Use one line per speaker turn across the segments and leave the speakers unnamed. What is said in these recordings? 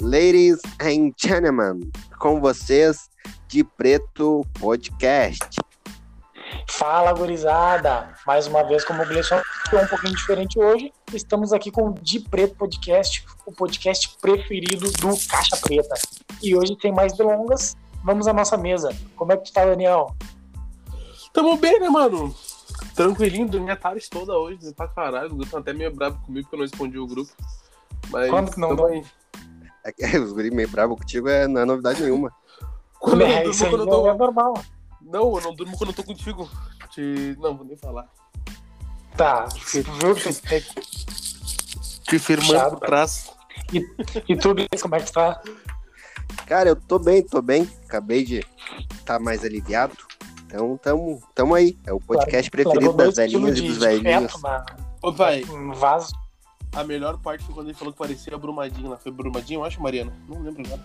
Ladies and Gentlemen, com vocês, De Preto Podcast.
Fala, gurizada! Mais uma vez, como o Gleison é um pouquinho diferente hoje, estamos aqui com o De Preto Podcast, o podcast preferido do Caixa Preta. E hoje, sem mais delongas, vamos à nossa mesa. Como é que tu tá, Daniel?
Tamo bem, né, mano? Tranquilinho, dormi a tarde toda hoje, né, pra caralho. O Gleison até meio brabo comigo porque eu não respondi o grupo. Mas
Quando que não
tamo
dorme?
aí.
É Os guri meio bravo contigo é, não é novidade nenhuma.
Quando eu não
é,
durmo,
isso aí
quando eu
é
tô...
normal.
Não, eu não durmo quando eu tô contigo. Te... Não, vou nem falar.
Tá, justo.
Te firmando
Chato.
por trás.
E tu, Gleison, como é que tu tá?
Cara, eu tô bem, tô bem. Acabei de estar mais aliviado. Então, tamo, tamo aí. É o podcast preferido
Largou
das
dois quilos
velhinhas e
de-
dos
de
velhinhos.
feto na-
Ô, pai,
no vaso.
a melhor parte foi quando ele falou que parecia Brumadinho lá. Foi Brumadinho, eu acho, Mariana? Não lembro agora.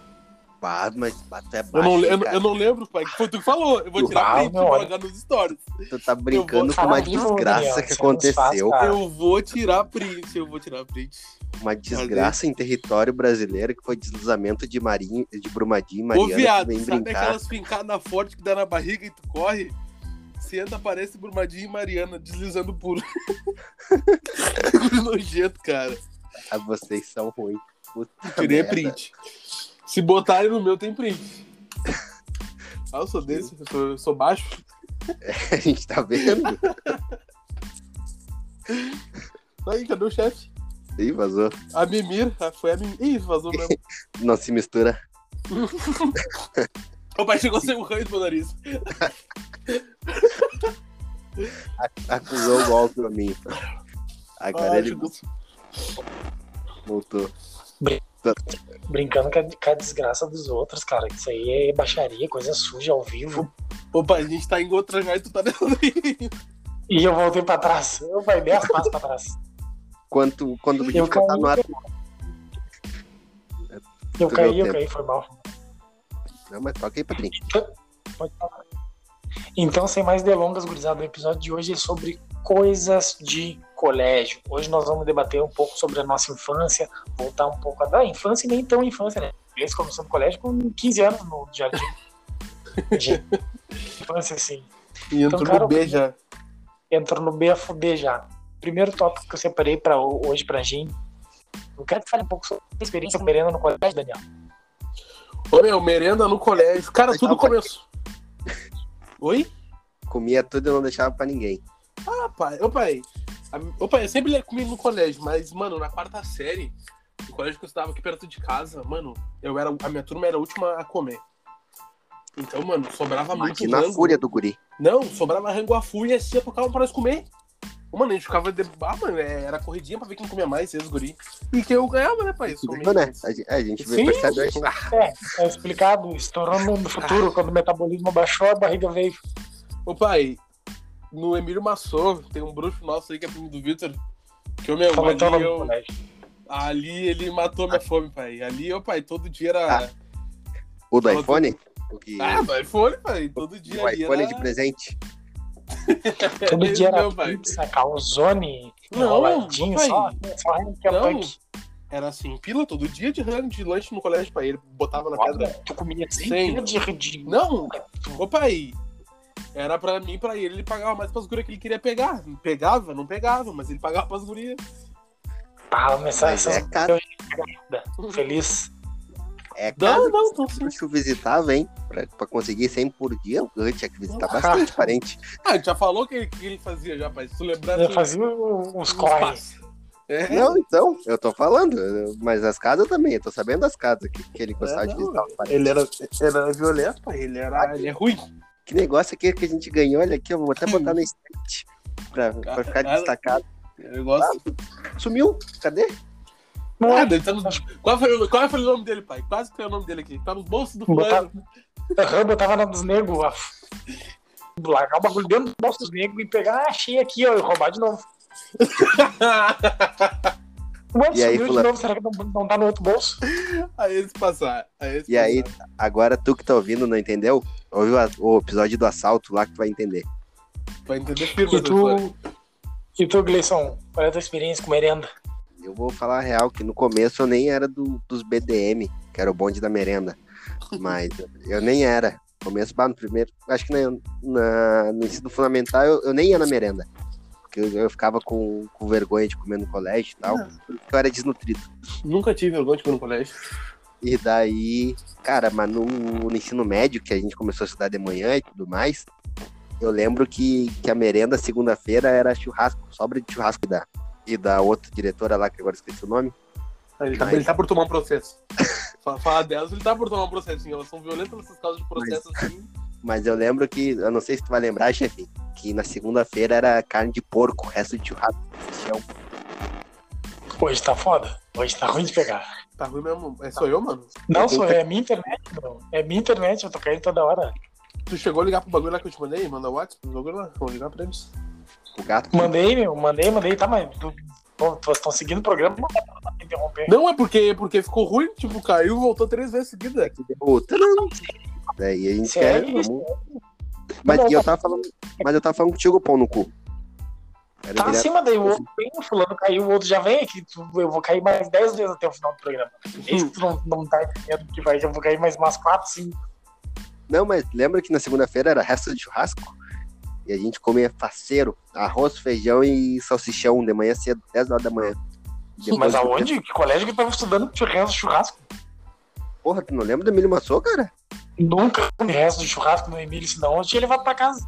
Bah, mas bah, tu é baixo,
Eu não,
hein,
le- eu,
cara.
eu não lembro, pai. que Foi tu que falou. Eu vou
Tu
tirar
vai,
print e
meu,
vou
Ah, olha.
jogar nos stories.
Tu tá brincando com
falar
uma
de novo,
desgraça
Daniel,
que
isso não se faz,
aconteceu.
cara.
Eu vou tirar print, eu vou tirar print.
Uma desgraça em território brasileiro que foi deslizamento de Marinho, de Brumadinho e
Ô,
Mariana. que
viado,
vem
sabe
brincar.
aquelas fincadas fortes que dá na barriga e tu corre? Se anda, parece Brumadinho e Mariana deslizando puro. Bagulho nojento, cara.
Ah, vocês são ruins. Puta
Tirei
merda.
print. Se botarem no meu, tem print. Ah, eu sou desse, eu sou, eu sou baixo.
A gente tá vendo.
Tá Aí, cadê o chefe?
Ih, vazou.
A Mimir, ah, foi a Mimir. Ih, vazou mesmo.
Não se mistura.
Ô, pai, chegou sem o ranho do meu nariz.
Acusou o golpe a mim. A cara
Ah,
ele
chegou-
voltou.
Brincando com a, com a desgraça dos outros, cara. Isso aí é baixaria, coisa suja ao vivo.
Ô, pai, a gente tá em outra já e tu tá nessa daí.
E eu voltei pra trás. Eu vai dez passos pra trás.
Quanto, quando a gente
Eu
botar
caí.
no ar.
Eu
Tu
caí,
deu
eu
tempo.
caí, foi mal.
Não, mas toca aí, Patrinho.
Pode falar. Então, sem mais delongas, gurizada, o episódio de hoje é sobre coisas de colégio. Hoje nós vamos debater um pouco sobre a nossa infância, voltar um pouco a da infância e nem tão infância, né? Eles começou no colégio com 15 anos no jardim. De infância, assim.
E entrou
cara,
no B já.
entrou no B a fuder já. Primeiro tópico que eu separei para hoje pra gente. Eu quero que fale um pouco sobre a experiência merenda no colégio, Daniel.
Ô, meu, merenda no colégio. Cara, tudo começou. Oi?
Comia tudo e não deixava pra ninguém.
Ah, pai. Ô, pai. A- Ô, pai, eu sempre comi no colégio, mas, mano, na quarta série, no colégio que eu estudava aqui perto de casa, mano, eu era, a minha turma era a última a comer. Então, mano, sobrava muito
Imagina a
rango.
fúria do guri.
Não, sobrava rango a fúria e assim tocavam pra nós comer. Ô, Mano, a gente ficava. De... Ah, mano, é, era corridinha pra ver quem comia mais, esses guri. E quem eu ganhava, né, pai? Isso
Entendeu, né? A gente, a gente vê, Ah,
Sim.
percebe hoje.
É, é explicado, estourou no no futuro, quando o metabolismo baixou, a barriga veio.
Ô pai, no Emílio Massô, tem um bruxo nosso aí que é primo do Victor. Que eu, meu,
Falou
ali,
teu nome no
eu-
colégio.
ali ele matou minha fome, pai. Ali, ô pai, todo dia era.
Ah, O do
Fala
iPhone? O que.
Ah, né? do iPhone, pai. Todo dia
o
ali
iPhone
era.
de presente.
Todo
Esse
dia era
meu, pai.
pizza, calzone,
Não,
enroladinho,
pai.
só, só que é
Não.
punk.
Era assim, pila todo dia de rango de lanche no colégio, pai. Ele botava na pedra.
Tu comia
Sim.
sem de de-
Não! Ô pai, era pra mim, pra ele, ele pagava mais pras gurias que ele queria pegar. Pegava, não pegava, mas ele pagava pras gurias.
Pá, Ah, mas
Tá
Mas
essas-
é caro.
Feliz.
É caro.
Não, não, não.
Se eu visitava, hein? Pra, pra conseguir 100 por dia, eu tinha que visitar bastante parente.
Ah, a gente já falou o que, que ele fazia já, pai. Se tu lembrar,
Eu
tu-
fazia uns
tu
corres.
passa. É.
Não, então, eu tô falando. eu- Mas as casas também, eu tô sabendo das casas que, que ele gostava
É, não,
de visitar os parentes.
Ele era, era violento, pai. Ele era ele é ruim.
Que negócio aqui que a gente ganhou, olha aqui, eu vou até botar na estante pra, pra ficar
Cara.
destacado.
Eu gosto.
Sumiu? Cadê?
Não
Ah,
é
ele tá no- qual, foi, qual foi o nome dele, pai? Quase que é o nome dele aqui. Tá no bolso do
Botar-
fulano.
Aham, botava na dos negros, ó. Largar o bagulho dentro do bolso dos negros e pegar, ah, achei aqui, ó, e roubar de novo. Ué,
E aí,
sumiu de
fulano?
novo, será que não, não tá no outro bolso?
aí eles passaram. Aí eles
E aí,
passaram.
agora tu que tá ouvindo, não entendeu? Ouviu a- o episódio do assalto lá que tu vai entender.
Vai entender firme
E
essa história.
tu, e tu, Gleison, qual é a tua experiência com merenda?
Eu vou falar a real, que no começo eu nem era do- dos BDM. que era o bonde da merenda. Mas eu nem era. Começo, bah, no primeiro. Acho que na, na- no ensino fundamental eu, eu nem ia na merenda. Porque eu, eu ficava com, com vergonha de comer no colégio e tal. Porque eu era desnutrido.
Nunca tive vergonha de comer no colégio.
E daí, cara, mas no, no ensino médio, que a gente começou a estudar de manhã e tudo mais, eu lembro que, que a merenda, segunda-feira, era churrasco, sobra de churrasco da, e da outra diretora lá, que agora esqueci o nome.
Ele tá,
Mas-
ele tá por tomar um processo. Fa- Falar delas, ele tá por tomar um processo, sim. Elas são violentas nessas causas de processo, assim.
Mas eu lembro que, eu não sei se tu vai lembrar, chefe, que na segunda-feira era carne de porco, resto de churrasco. chão.
Hoje tá foda. Hoje tá ruim de pegar.
Tá ruim mesmo. É, sou eu, mano.
Não sou eu, é minha internet, não. É minha internet, eu tô caindo toda hora.
Tu chegou a ligar pro bagulho lá que eu te mandei? Manda o WhatsApp pro bagulho lá. Vou ligar pra eles.
um O gato.
Mandei, meu, mandei, mandei. Tá, mas tu, bom, vocês estão seguindo o programa, não dá pra interromper.
Não, é porque, porque ficou ruim, tipo, caiu e voltou três vezes seguida.
Pô, tcharam. Daí É, a gente quer.
Sério?
vamos- Mas e eu tava falando. Mas eu tava falando contigo, pau no cu. Era
Tá
direto.
acima daí, o outro vem, o fulano caiu, o outro já vem aqui. tu- Eu vou cair mais 10 vezes até o final do programa. Esse tu não, não tá entendendo que vai, eu vou cair mais umas 4, 5.
Não, mas lembra que na segunda-feira era resto de churrasco? E a gente comia faceiro, arroz, feijão e salsichão de manhã cedo, 10 horas da manhã. Depois
Mas
do-
aonde? Que colégio que eu tava estudando churrasco, churrasco?
Porra, tu não lembra da Milho Maçô, cara?
Nunca comi resto de churrasco no Emílio, senão eu tinha levado pra casa.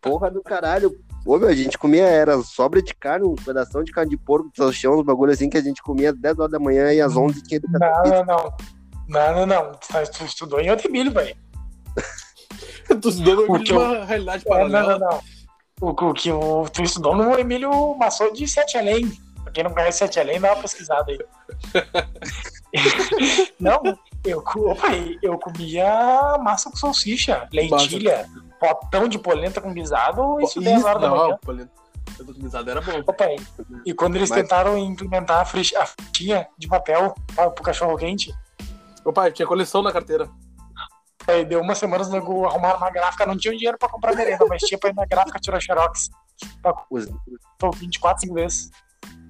Porra do caralho. Ô, meu, a gente comia, era sobra de carne, um pedação de carne de porco, salsichão, uns bagulho assim que a gente comia às 10 horas da manhã e às 11 tinha educação física.
Não, não, não. Não, não, não. Tu, tu estudou em Otemílio, velho.
Tu se dando
Porque
uma realidade
É, não, não,
paralela.
não. O, o que o, tu estudou no Emílio Massou de Sete Além. Pra quem não conhece Sete Além, dá uma pesquisada aí. não, eu, co- opa, eu comia massa com salsicha, lentilha, potão de polenta com guisado, isso
Isso,
10 horas da manhã.
não, polenta. Eu utilizado era bom.
Opa, e- e quando eles
Mas-
tentaram implementar a fri- a fritinha de papel pra- pro cachorro quente,
Meu pai, tinha coleção na carteira.
Aí deu uma semana, os nego arrumaram uma gráfica, não tinham dinheiro pra comprar merenda, mas tinha pra ir na gráfica tirar xerox.
Os,
Tô 24, 5 vezes.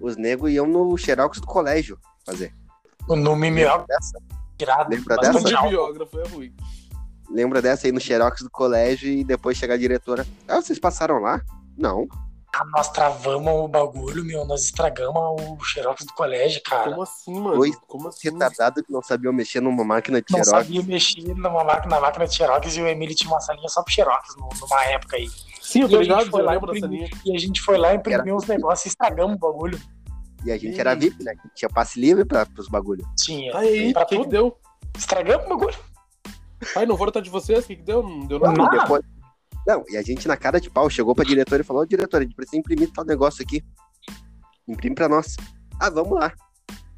os negros iam no xerox do colégio fazer.
O nome é melhor
Dessa?
tirado.
Lembra
mas
dessa?
não
Não de
tinha.
biógrafo, é ruim.
Lembra dessa aí no xerox do colégio e depois chegar a diretora. Ah, vocês passaram lá? Não.
Ah, nós travamos o bagulho, meu, nós estragamos o xerox do colégio, cara.
Como assim, mano?
Oi,
Como assim?
Retardado que não sabiam mexer numa máquina de
Não
xerox.
sabia mexer numa máquina, na máquina de xerox e o Emílio tinha uma salinha só pro xerox no- numa época aí.
Sim, eu
E
tô
a gente
ligado,
foi
eu
lá
lembro dessa
imprimir.
linha.
E a gente foi lá imprimir
Era-
uns negócios e estragamos o bagulho.
E a gente era VIP, né? Tinha passe livre pra, pros bagulhos.
Tinha.
Tá Aí,
Pra
o que,
tá
que
tudo.
deu?
Estragamos o bagulho.
Pai, não vou tratar de vocês, o que, que deu? Não deu
Não,
nada.
E
Ah.
depois- Não, e a gente na cara de pau chegou pra diretora e falou: "Ô, diretora, a gente precisa imprimir tal negócio aqui. Imprime pra nós. Ah, vamos lá.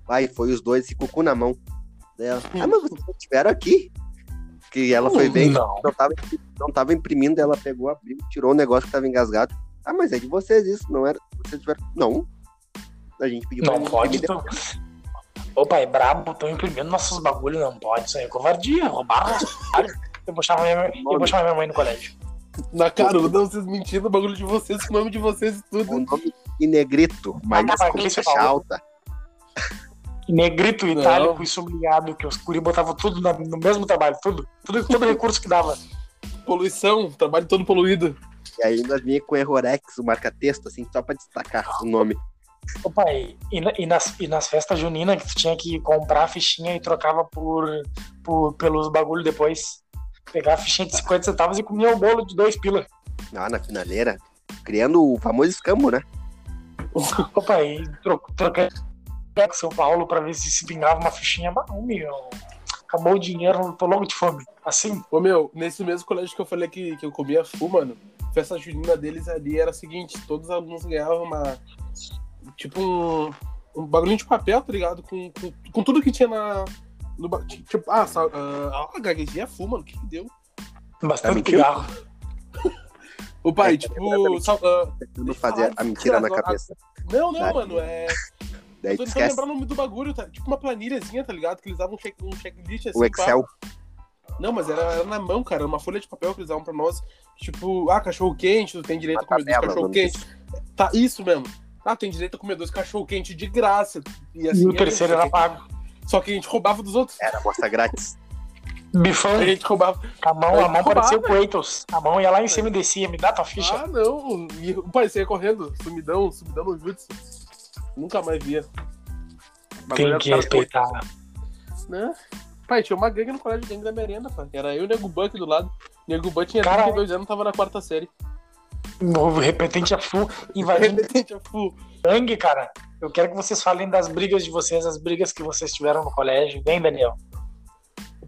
Aí foi os dois e com o cu na mão. Daí ela,
Hum.
ah, mas vocês não tiveram aqui. Que ela foi bem,
Não.
não tava, não tava imprimindo, ela pegou, abriu, tirou o negócio que tava engasgado. Ah, mas é de vocês isso, não era. Vocês tiveram. Não. A gente pediu
Não
eles
pode.
imprimirem.
Tu... Opa, é brabo, estão imprimindo nossos bagulhos, não pode. Isso aí é covardia, roubaram nosso trabalho. Eu vou, chamar minha, eu vou chamar minha mãe no colégio.
Na cara, não, vocês mentindo o bagulho de vocês, o nome de vocês e
O
tudo.
nome em negrito, mas
Ah, mas
com
quem se
caixa
falou?
alta.
Negrito, itálico
Não.
e sublinhado, que os curi botavam tudo na- no mesmo trabalho, tudo. Tudo, todo recurso que dava.
Poluição, trabalho todo poluído.
E ainda vinha com errorex, o marca-texto, assim, só pra destacar o nome.
Opa, e, e na- e nas, e nas festas juninas que tu tinha que comprar a fichinha e trocava por, por- pelos bagulhos depois. Pegar a fichinha de 50 centavos e comia o bolo de dois pila.
Lá Ah, na finaleira, criando o famoso escambo, né?
Opa, aí tro- troquei com São Paulo pra ver se se pingava uma fichinha. Mas, não, meu, acabou o dinheiro, tô logo de fome. Assim,
Ô meu, nesse mesmo colégio que eu falei que, que eu comia fu, mano, festa junina deles ali era o seguinte, todos os alunos ganhavam uma. Tipo um. um bagulhinho de papel, tá ligado? Com, com, com tudo que tinha na. No, ba- ti- tipo, ah, sa, ah, ah, gaguejei a fu, mano, o que, que deu?
Tá
bastante
mentindo?
cigarro.
O pai,
É,
tipo.
exatamente.
sal- ah,
Tentando fazer a mentira na cabeça.
não, não,
Tá.
mano,
Daí
é.
tu
Tô tentando
esquece
lembrar o nome do bagulho, tá? Tipo uma planilhazinha, tá ligado? Que eles davam um, check, um checklist assim.
o
pá.
Excel.
Não, mas era, era na mão, cara. Era uma folha de papel que eles davam pra nós. Tipo, ah, cachorro quente, tu tem direito a
Uma
comer dois
tabela,
cachorro
vamos
quente. Tá, isso mesmo. Ah, tem direito a comer dois cachorro quente de graça. E assim.
E o
era,
terceiro
não
era
sei o quê.
pago.
Só que a gente roubava dos outros.
Era amostra grátis.
Bifão,
A gente roubava.
a mão, a mão
Vai roubar,
parecia o
velho.
Kratos. A mão ia lá em cima e descia, me dá tua ficha.
Ah, não. E o pai saía correndo. Sumidão, sumidão no jutsu. Nunca mais via.
Tem que é, respeitar.
Né? Pai, tinha uma gangue no colégio, gangue da merenda, pai. Era eu e o Nego Ban aqui do lado. O Nego Ban tinha
Caralho.
32 anos, tava na quarta série.
De repente a Fu é invadindo
tipo,
sangue, cara. Eu quero que vocês falem das brigas de vocês, as brigas que vocês tiveram no colégio. Vem, Daniel.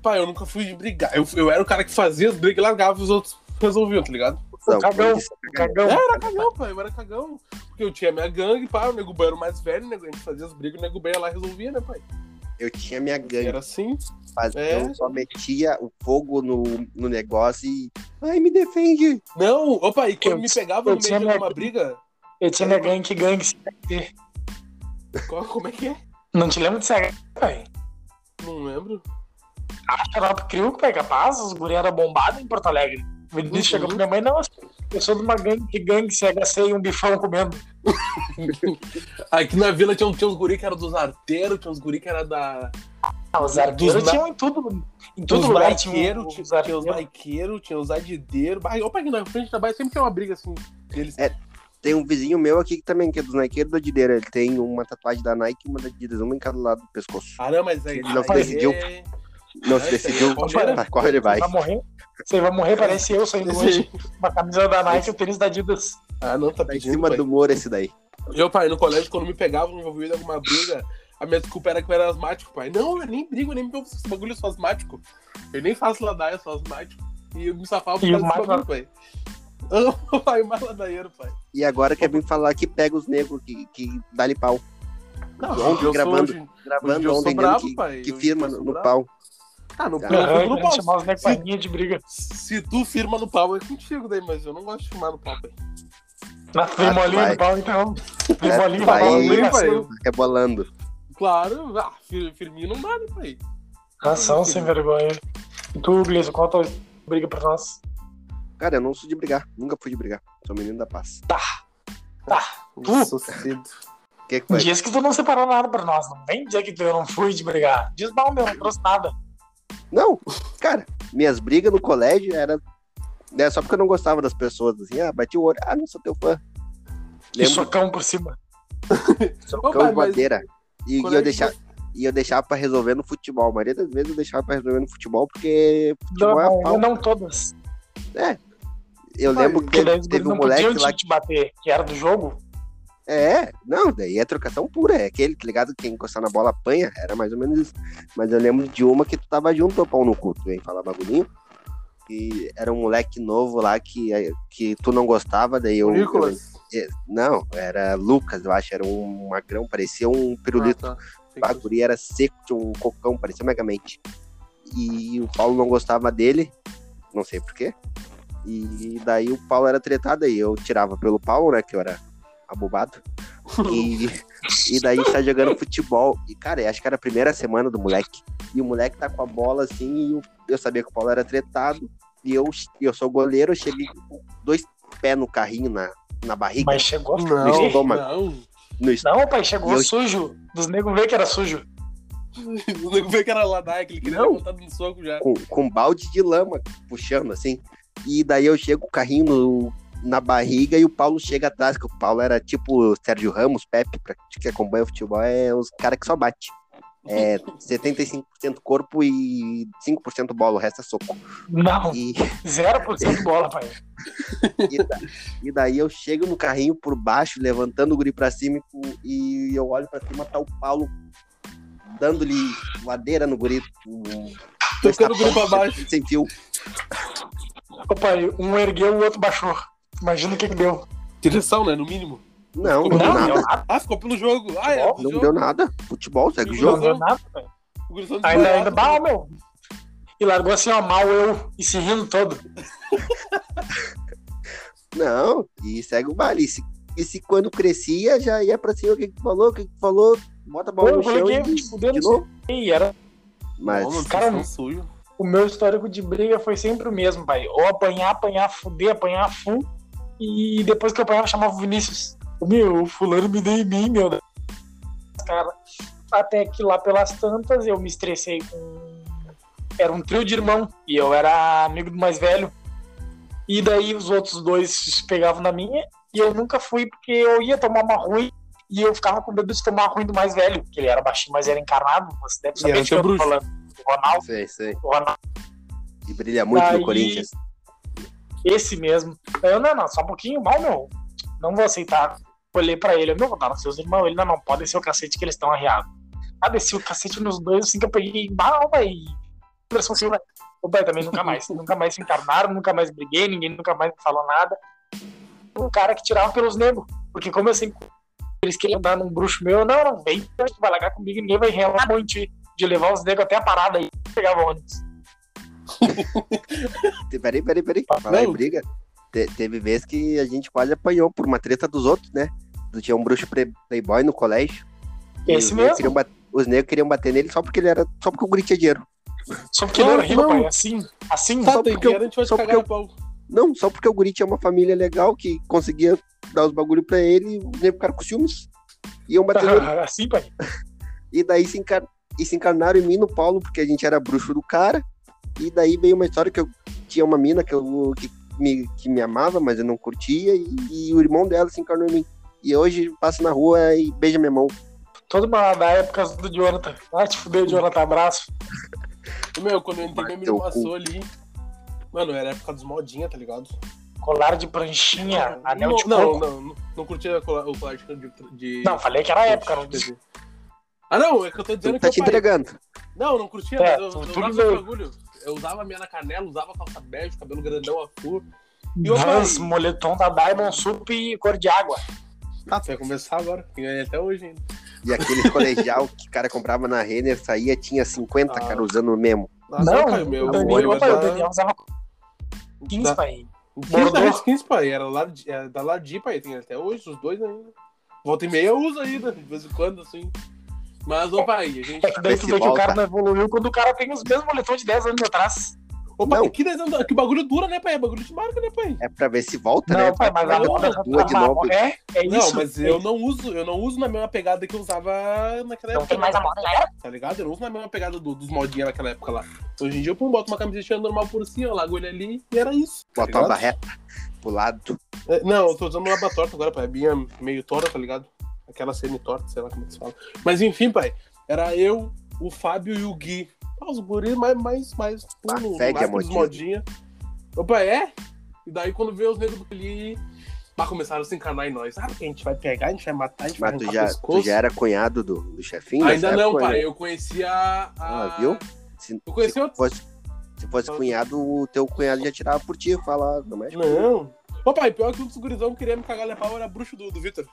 pai, eu nunca fui de brigar. Eu, eu era o cara que fazia as brigas e largava os outros. Resolviam, tá ligado?
Não,
Cagão,
eu disse-
Cagão.
É, eu era cagão, pai, eu era cagão. Porque eu tinha minha gangue, pai, o Nego Ban era o mais velho, né? a gente fazia as brigas, o Nego Ban ia lá e resolvia, né, pai?
Eu tinha minha gangue.
Era assim.
Mas
É.
Eu só metia o fogo no, no negócio e. Ai, me defende!
Não, opa, e quando
Eu
me
ti-
pegava
eu
no
tinha
meio
minha-
de alguma briga,
Eu tinha minha gangue, que gangue.
qual- como é que é?
Não te lembro dessa gangue, velho?
Não lembro.
A Xarope Crew, pega capaz, os guri eram bombados em Porto Alegre. O Vinícius
Uhum.
chegou pra minha mãe, não, eu sou de uma gangue, que gangue, CHC e um bifão comendo.
Aqui na vila tinha, tinha uns guri que era dos arteiros, tinha uns guri que era da.
Ah, os arqueiros
Dos na-
tinham em tudo, em todo
Dos
lugar. Tinha um-
maiqueiros,
os
tinha, tinha os
arqueiros.
maiqueiros, tinha os adideiros. Bah, Opa, aqui na frente da baia sempre tem uma briga assim. Eles...
Tem um vizinho meu aqui que também, que é do Nike e do Adidas. Ele tem uma tatuagem da Nike e uma da Adidas, uma em cada lado do pescoço.
Ah, não, mas aí.
Ele não
aí
decidiu.
é- Tá
Não se
Ai,
decidiu
peraí,
qual era?
pra qual ele vai. Tá
Você vai morrer, você vai morrer, parece eu saindo hoje. Uma camisa da Nike, um tênis da Adidas.
Ah, não, tá
Tá em
pedindo.
cima
pai.
do muro esse daí.
Eu, pai, no colégio, quando me pegavam envolvido em alguma briga, a minha desculpa era que eu era asmático, pai. Não, eu nem brigo, eu nem me envolvo com esse bagulho, eu sou asmático. Eu nem faço ladaia, eu sou asmático. E eu me safava por
E o
causa desse bagulho, pai. Amo, pai, o mais ladaieiro, pai.
E agora quer vir falar que pega os negros, que, que dá-lhe pau.
Não,
ontem gravando,
hoje, hoje
Gravando
eu sou
ontem,
bravo,
dizendo que,
pai.
que
Hoje
firma
eu sou
no, no
bravo.
pau.
Ah, no
Ah,
pau, eu fico no
Aham,
pau.
chamar os neguinhos de briga.
Se tu firma no pau, é contigo daí, mas eu não gosto de firmar no pau, pai.
Na Frimolinho
vai. É,
no pau, então. Frimolinho
vai.
vai
pai.
falar
é Rebolando.
Claro, ah, fir- firminho não dá, né, pai?
Ração sem vergonha. E tu, Gleison, qual a tua briga pra nós?
Cara, eu não sou de brigar. Nunca fui de brigar. Sou menino da paz.
Tu?
Sou cedo.
O que, que foi?
Diz que tu não separou nada pra nós. Não vem dizer que tu eu não fui de brigar. Diz, não, meu, não trouxe nada.
Não, cara, minhas brigas no colégio era né, só porque eu não gostava das pessoas, assim, ah, bati o olho, ah, não sou teu fã.
E
Lembro
socão por cima.
Ô,
cão
pai,
de
mas
madeira. E, e
quando
eu
é que
deixava, e eu deixava pra resolver no futebol. A maioria das vezes eu deixava pra resolver no futebol, porque futebol é
Não,
pau.
não todas.
Eu
Pai,
lembro que
Porque
teve,
daí os
teve
guris
um
não podiam
moleque lá
te, te bater, que era do jogo.
É, não, daí é trocação pura. É aquele, tá ligado? Quem encostar na bola apanha. Era mais ou menos isso. Mas eu lembro de uma que tu tava junto, ô pau no cu, tu vem falar bagulhinho. E era um moleque novo lá que, que tu não gostava, daí eu.
Nicolas.
eu- não, era Lucas, eu acho, era um magrão, parecia um pirulito.
Ah, tá.
O bagulho era seco, tinha um cocão, parecia megamente. E o Paulo não gostava dele, não sei porquê. E daí o Paulo era tretado, aí eu tirava pelo Paulo, né, que eu era abobado. E, e daí tá jogando futebol. E, cara, eu acho que era a primeira semana do moleque. E o moleque tá com a bola assim, e eu, eu sabia que o Paulo era tretado. E eu, eu sou goleiro, eu cheguei com dois pés no carrinho, na, na barriga,
Mas chegou.
no
Não,
estômago.
não.
no estômago.
Não, pai, chegou
E eu-
sujo. Dos negros ver que era sujo.
O nego veio é que era ladaia, que ele queria
Não.
botar no soco já.
com, com um balde de lama puxando assim. E daí eu chego com o carrinho no- na barriga e o Paulo chega atrás, que o Paulo era tipo o Sérgio Ramos, Pepe, pra ti que acompanha o futebol, é os caras que só bate. É 75% corpo e 5% bola, o resto é soco.
Não,
E,
0% bola, pai.
e, da- e daí eu chego no carrinho por baixo, levantando o guri pra cima e com- e, eu olho pra cima, tá o Paulo dando-lhe ladeira no guri. Um,
Tocando o guri
tapão,
pra
assim,
baixo.
Sem fio.
Ô, pai, um ergueu, o outro baixou. Imagina o que que deu.
Direção, né? No mínimo.
Não, não,
Não,
nada.
deu nada.
Ah, ficou pelo jogo. Ah, é.
Não
Não
jogo.
deu nada. Futebol, segue o
Não
Não
jogo.
deu nada, pai.
O gurizão
Ainda, ainda,
desesperado.
bah, meu. E largou assim, ó, mal eu, e se rindo todo.
Não, e segue o baile. E se, e se quando crescia, já ia pra cima, o que que tu falou, o que que tu falou, bota a bola
Pô,
no
eu
chão
coloquei,
e
te fudeu,
de
não
novo.
E era,
Mas,
Não, mano,
Cara,
vocês são sujo.
o meu histórico de briga foi sempre o mesmo, pai. Ou apanhar, apanhar, fuder, apanhar, fu. E depois que eu apanhava, chamava o Vinícius. Meu, o fulano me deu em mim, meu. Cara, Até que lá pelas tantas eu me estressei com. Era um trio de irmão e eu era amigo do mais velho. E daí os outros dois se pegavam na minha e eu nunca fui porque eu ia tomar uma ruim e eu ficava com medo de tomar ruim do mais velho, que ele era baixinho, mas era encarnado. Você deve
era
saber de
teu
quem eu tô
bruxo.
falando. O Ronaldo,
Sei, sei.
o Ronaldo,
E brilha muito
Daí-
no Corinthians.
esse mesmo. Daí Eu, não, não, só um pouquinho, mal meu. Não vou aceitar. Olhei pra ele, eu, meu, vou dar nos seus irmãos. Ele, não, não, pode descer o cacete que eles estão arreados. Ah, desci o cacete nos dois, assim que eu peguei mal, velho. Anderson Silva. O pai também nunca mais. nunca mais se encarnaram, nunca mais briguei, ninguém nunca mais me falou nada. Um cara que tirava pelos negros. Porque como eu sempre. Eles queriam dar num bruxo meu, eu, não, não, vem, tu vai largar comigo, ninguém vai relar muito de, de levar os negros até a parada aí, pegava o ônibus.
Peraí, peraí, peraí. Falar em
Não.
briga. Te- teve vez que a gente quase apanhou por uma treta dos outros, né? Tinha um bruxo pre- playboy no colégio. e os
Esse
negros
mesmo.
queriam bat- Os negros queriam bater nele só porque ele era. Só porque o guri tinha dinheiro.
Só porque ele era
Não,
rico,
não.
pai. Assim, assim.
Tá,
Só
tem
porque eu-
dinheiro, a gente vai te
só
cagar no
porque
pau.
Não, só porque o guri tinha uma família legal que conseguia dar os bagulho pra ele e os negros ficaram com ciúmes. Iam bater nele.
assim, pai.
E daí se, encar... e se encarnaram em mim no Paulo, porque a gente era bruxo do cara. E daí veio uma história que eu tinha uma mina que, eu... que, me... que me amava, mas eu não curtia. E... e o irmão dela se encarnou em mim. E hoje passa na rua e beija minha mão.
Todo mundo da época do Jonathan. Ah, te fudeu, Jonathan, abraço.
Meu, quando eu entrei,
Bateu
minha menina
o cu.
passou ali. Mano, era a época dos modinha, tá ligado?
Colar de pranchinha, anel
não,
de
não,
coco.
não, não, não curtia colar- o colar de- de.
Não, falei que era a época, não disse.
de- Ah, não, é que eu tô dizendo
Tu
que
tá
eu
te
parei.
entregando.
Não, não curtia,
É,
mas eu, eu
tudo
usava
bem.
esse bagulho. Eu usava a minha na canela, usava calça bege, cabelo grandão azul. E o
Vans, moletom da Diamond Sup e cor de água.
Ah, tu vai começar agora. E aí, até hoje ainda.
E aquele colegial que o cara comprava na Renner saía, tinha 50,
Ah.
cara, usando o mesmo.
Nossa, Caio,
o
amor,
Daniel,
eu
pai,
era-
o Daniel usava 15,
Tá.
pai.
15 da
Bordô.
Rede 15, pai. Era, lá, de- era da Ladi, pai. Tem até hoje, os dois ainda. Volta e meia eu uso ainda, de vez em quando, assim. Mas, ô, pai, a gente.
É que daí tu vê que o
Festival, cara.
cara não evoluiu quando o cara tem os mesmos moletons de 10 anos atrás.
Ô, pai,
Não.
que, desenho da- que bagulho dura, né, pai? É bagulho de marca, né, pai?
É pra ver se volta, né?
Não, pai, mas
Vai
agora
pra rua de novo.
É, é
Não,
isso.
mas eu não uso, eu não uso na mesma pegada que eu usava naquela época.
Não tem mais a moda, galera.
Tá ligado? Eu não uso na mesma pegada do- dos modinha naquela época lá. Hoje em dia eu pum, boto uma camiseta normal por cima, lago ele ali e era isso. tá
Botar uma
ligado?
barreta pro lado.
É, Não, eu tô usando uma aba torta agora, pai. A minha meio torta, tá ligado? Aquela semi-torta, sei lá como é que se fala. Mas enfim, pai, era eu, o Fábio e o Gui. Ah, os guris mais, mais, mais
Ah,
no- no
fede
naipe
a
dos
modinha.
modinha. Ô, pai, é? E daí quando veio os negros do ali, pá, começaram a se encarnar em nós. Ah, porque a gente vai pegar, a gente vai matar, a gente
Mas
vai
tu
arrancar
já, tu
um pescoço.
já era cunhado do, do chefinho?
Ainda
nessa
não,
época,
pai.
né?
Eu conhecia a...
Ah, viu? Se,
Eu conheci
se
outro-
fosse, se fosse cunhado, o teu cunhado já tirava por ti. Fala, não mexe.
Não. Ô, pai, pior que um dos gurizão que queria me cagar na pau era bruxo do, do Vitor.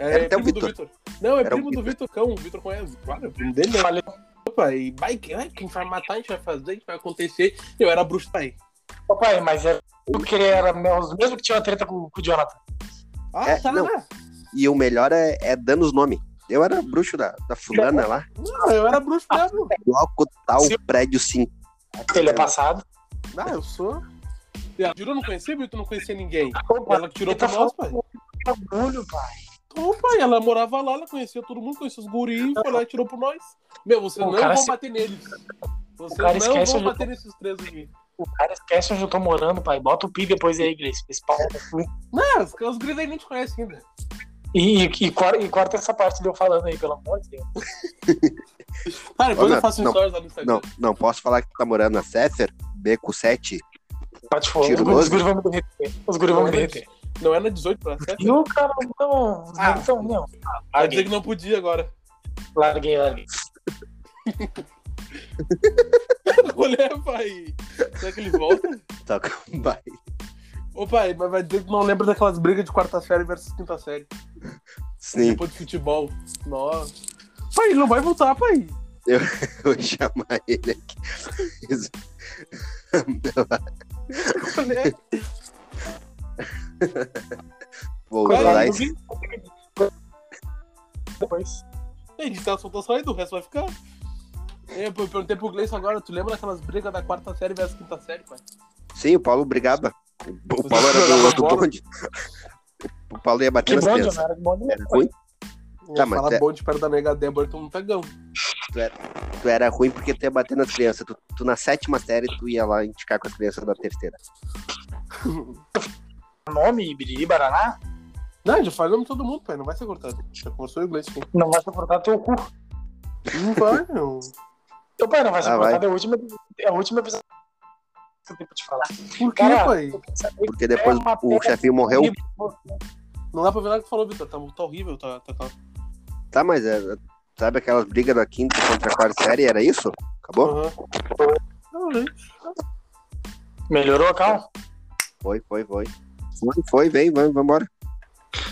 É,
Era até o
primo do Vitor. Não, é
Era o
primo do Vitor Cão. O Vitor conhece. Claro, é primo dele, né?
Falei,
Ô, pai, vai, que- vai, quem vai matar, a gente vai fazer, a gente vai acontecer. Eu era bruxo, pai.
ô, pai, mas era, eu queria, era os mesmos que tinham a treta com, com o Jonathan.
Ah,
É,
tá.
não. E o melhor é, é dando os nomes. Eu era bruxo da, da fulana lá.
Não, Ah, eu era bruxo mesmo.
Bloco tal,
Sim.
prédio sim.
Telha é passado.
Ah, eu sou. E a Jura não conhecia, Vitor? Não conhecia ninguém.
Opa,
Ela que tirou
ele tá
por nós, pai.
falando com orgulho, pai.
Ô, Então, pai, ela morava lá, ela conhecia todo mundo, conhecia os guris, foi lá e tirou por nós. Meu, vocês
O
não
cara
vão
se-
bater neles. Vocês
cara
não
esquece
vão
onde
bater nesses três aqui.
O cara esquece onde eu tô morando, pai. Bota o pi depois aí, Gleice. Esse pau no cu.
Não, os, os guris aí nem te conhecem ainda.
E, e, e cor- e corta essa parte de eu falando aí, pelo amor de Deus.
Cara, depois
Ô,
eu
Neto,
faço um
não.
stories lá no Instagram.
Não, não posso falar que tu tá morando na Céfer, Beco 7.
Bate fogo.
Tiro
Os guri- Tá,
doze?
tipo, Os guris vão me derreter. Os guris vão me derreter.
Não é na 18 pra 7?
E o cara não. Os
Ah.
guris tão- não. Ah,
Vai dizer
Larguei,
que não podia agora.
larguei, larguei.
Olha, pai. Será que ele volta?
Tá, vai.
Ô, pai, mas vai dizer que não lembra daquelas brigas de quarta série versus quinta série.
Sim,
Depois de futebol. Nossa. Pai, ele não vai voltar, pai.
eu vou chamar ele aqui. Isso.
Olha,
Vou
Vai,
usar
Coisa,
esse.
Depois.
a gente tá soltando só aí, do resto vai ficar. É, Eu per- perguntei pro Gleison agora, tu lembra daquelas brigas da quarta série versus quinta série, pai?
Sim, o Paulo brigava. O o Paulo era
jogava
do outro
bola?
bonde. O Paulo ia bater
Que
nas
bonde,
crianças.
né?
não era de bonde.
Era
não, pai.
ruim. Tá,
Tá,
mas
falar
é-
bom de perto da nega Débora, tu um tagão.
Tu era ruim porque tu ia bater nas crianças. Tu, tu na sétima série, tu ia lá indicar com as crianças da terceira.
Nome, Ibiriri, Baraná?
Não, já falei o nome de todo mundo, pai. Não vai ser cortado. Já conversou em inglês aqui.
Não vai suportar teu cu.
Não vai, não.
Teu pai não vai
Ah,
suportar, é o último é o último episódio que eu tenho pra te falar.
Por quê,
Cara,
pai?
eu quero saber
Porque depois
É uma
o
pena.
chefinho morreu.
que você-
Não dá pra ver nada que tu falou, Vitor. Tá, tá horrível, tá, tá, tá.
Tá, mas é, sabe aquelas brigas da quinta contra a quarta série? Era isso? Acabou?
Aham. Não, né?
Melhorou, Cal?
Foi, foi, foi. Foi, foi, vem, vamos embora.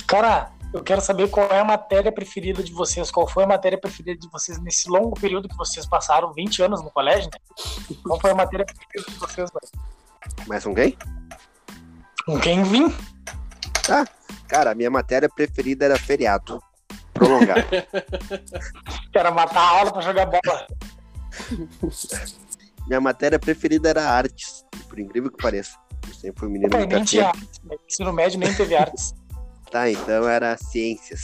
Cara, eu quero saber qual é a matéria preferida de vocês, qual foi a matéria preferida de vocês nesse longo período que vocês passaram, 20 anos no colégio, né? Qual foi a matéria preferida de vocês, velho?
Mais um gay?
Com quem vim?
Cara, a minha matéria preferida era feriado. Prolongado.
Era matar a aula pra jogar bola.
minha matéria preferida era artes. Por incrível que pareça. Eu sempre fui um menino
Pai,
muito
nem tinha
atento.
artes, né? ensino médio nem teve artes.
Tá, então era ciências.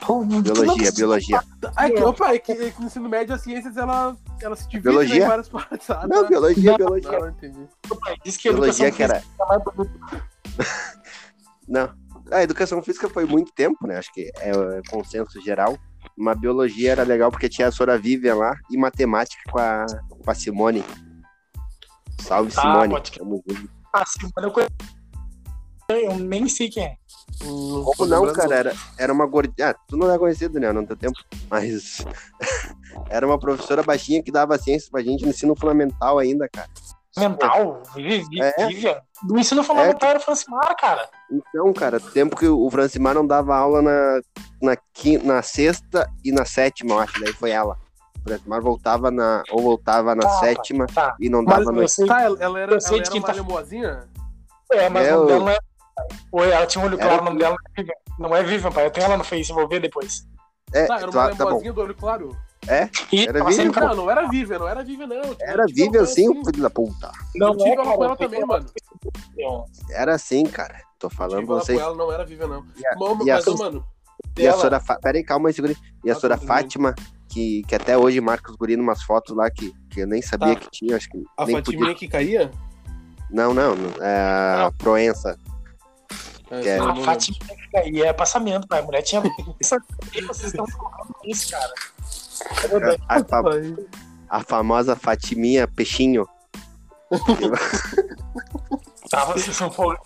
Tu não
Biologia,
precisa-
biologia.
Ah, é que, opa, é que, é que no ensino médio as ciências ela, ela se divide né,
Biologia?
em várias partes. Ah,
Não,
tá.
biologia,
Não,
biologia.
Não, entendi.
pai, Diz que a
Biologia
educação
que era.
física é mais bonita.
Não. A educação física foi muito tempo, né? Acho que é é consenso geral. Uma biologia era legal porque tinha a Sora Vivian lá e matemática com a, com a Simone. Salve,
Tá,
Simone.
pode crer.
Tamo junto.
Ah, sim, mas eu conheço. Eu nem sei quem é.
Hum, tô
Como não,
lembrando.
cara? Era, era uma gordinha. Ah, tu não é conhecido, né? Não tem tempo. Mas era uma professora baixinha que dava ciência pra gente no ensino fundamental ainda, cara.
Mental, Vivi,
É.
Vivian. Do ensino fundamental era Francimar, cara.
Então, cara, tempo que o Francimar não dava aula na, na, quin- na sexta e na sétima, eu acho, daí foi ela. O Francimar voltava na. Ou voltava na
Tá,
sétima
tá.
e não
Mas
dava no.
eu sei,
Tá, ela, ela era,
Eu sei de
ela era
quem
uma
tá-
lemoazinha?
é, mas o
eu-
nome dela não é. Oi, ela tinha um olho
Era-
claro, o nome dela não é Vivian. Não é Vivian, pai. Eu tenho ela no Face, eu vou ver depois.
É,
Tá, era
tá,
uma
tá bom.
lemoazinha do olho claro?
E
Era
ela
Vivian,
sempre-
pô.
Não, não era Vivian, não era Vivian, não.
Era
Eu tive
Vivian
aula
assim,
com
o filho da puta.
Não,
Eu tive
é, um-
aula com
cara.
ela também, mano.
Eu-
Era assim, cara. Tô falando pra
Tive aula
vocês.
com ela, não era Vivian, não.
E a-
Mas,
e a
mas,
Sus-
mano,
E a
dela.
Sora. Fa... Pera aí, calma aí, segura aí. E a
Tá
Sora
tudo bem.
Fátima, que, que até hoje marca os guri umas fotos lá que, que eu nem sabia
Tá.
que tinha, acho que
a
nem
Fatiminha
podia.
que caía?
Não, não. não, É... a Proença.
É,
É.
eu não
A
lembro.
Fátima aí é passamento, pai. A mulher tinha. Por que vocês estão colocando isso, cara? É verdade.
Ah,
A, a, fa- a famosa Fatiminha Peixinho.
Tava em São Paulo.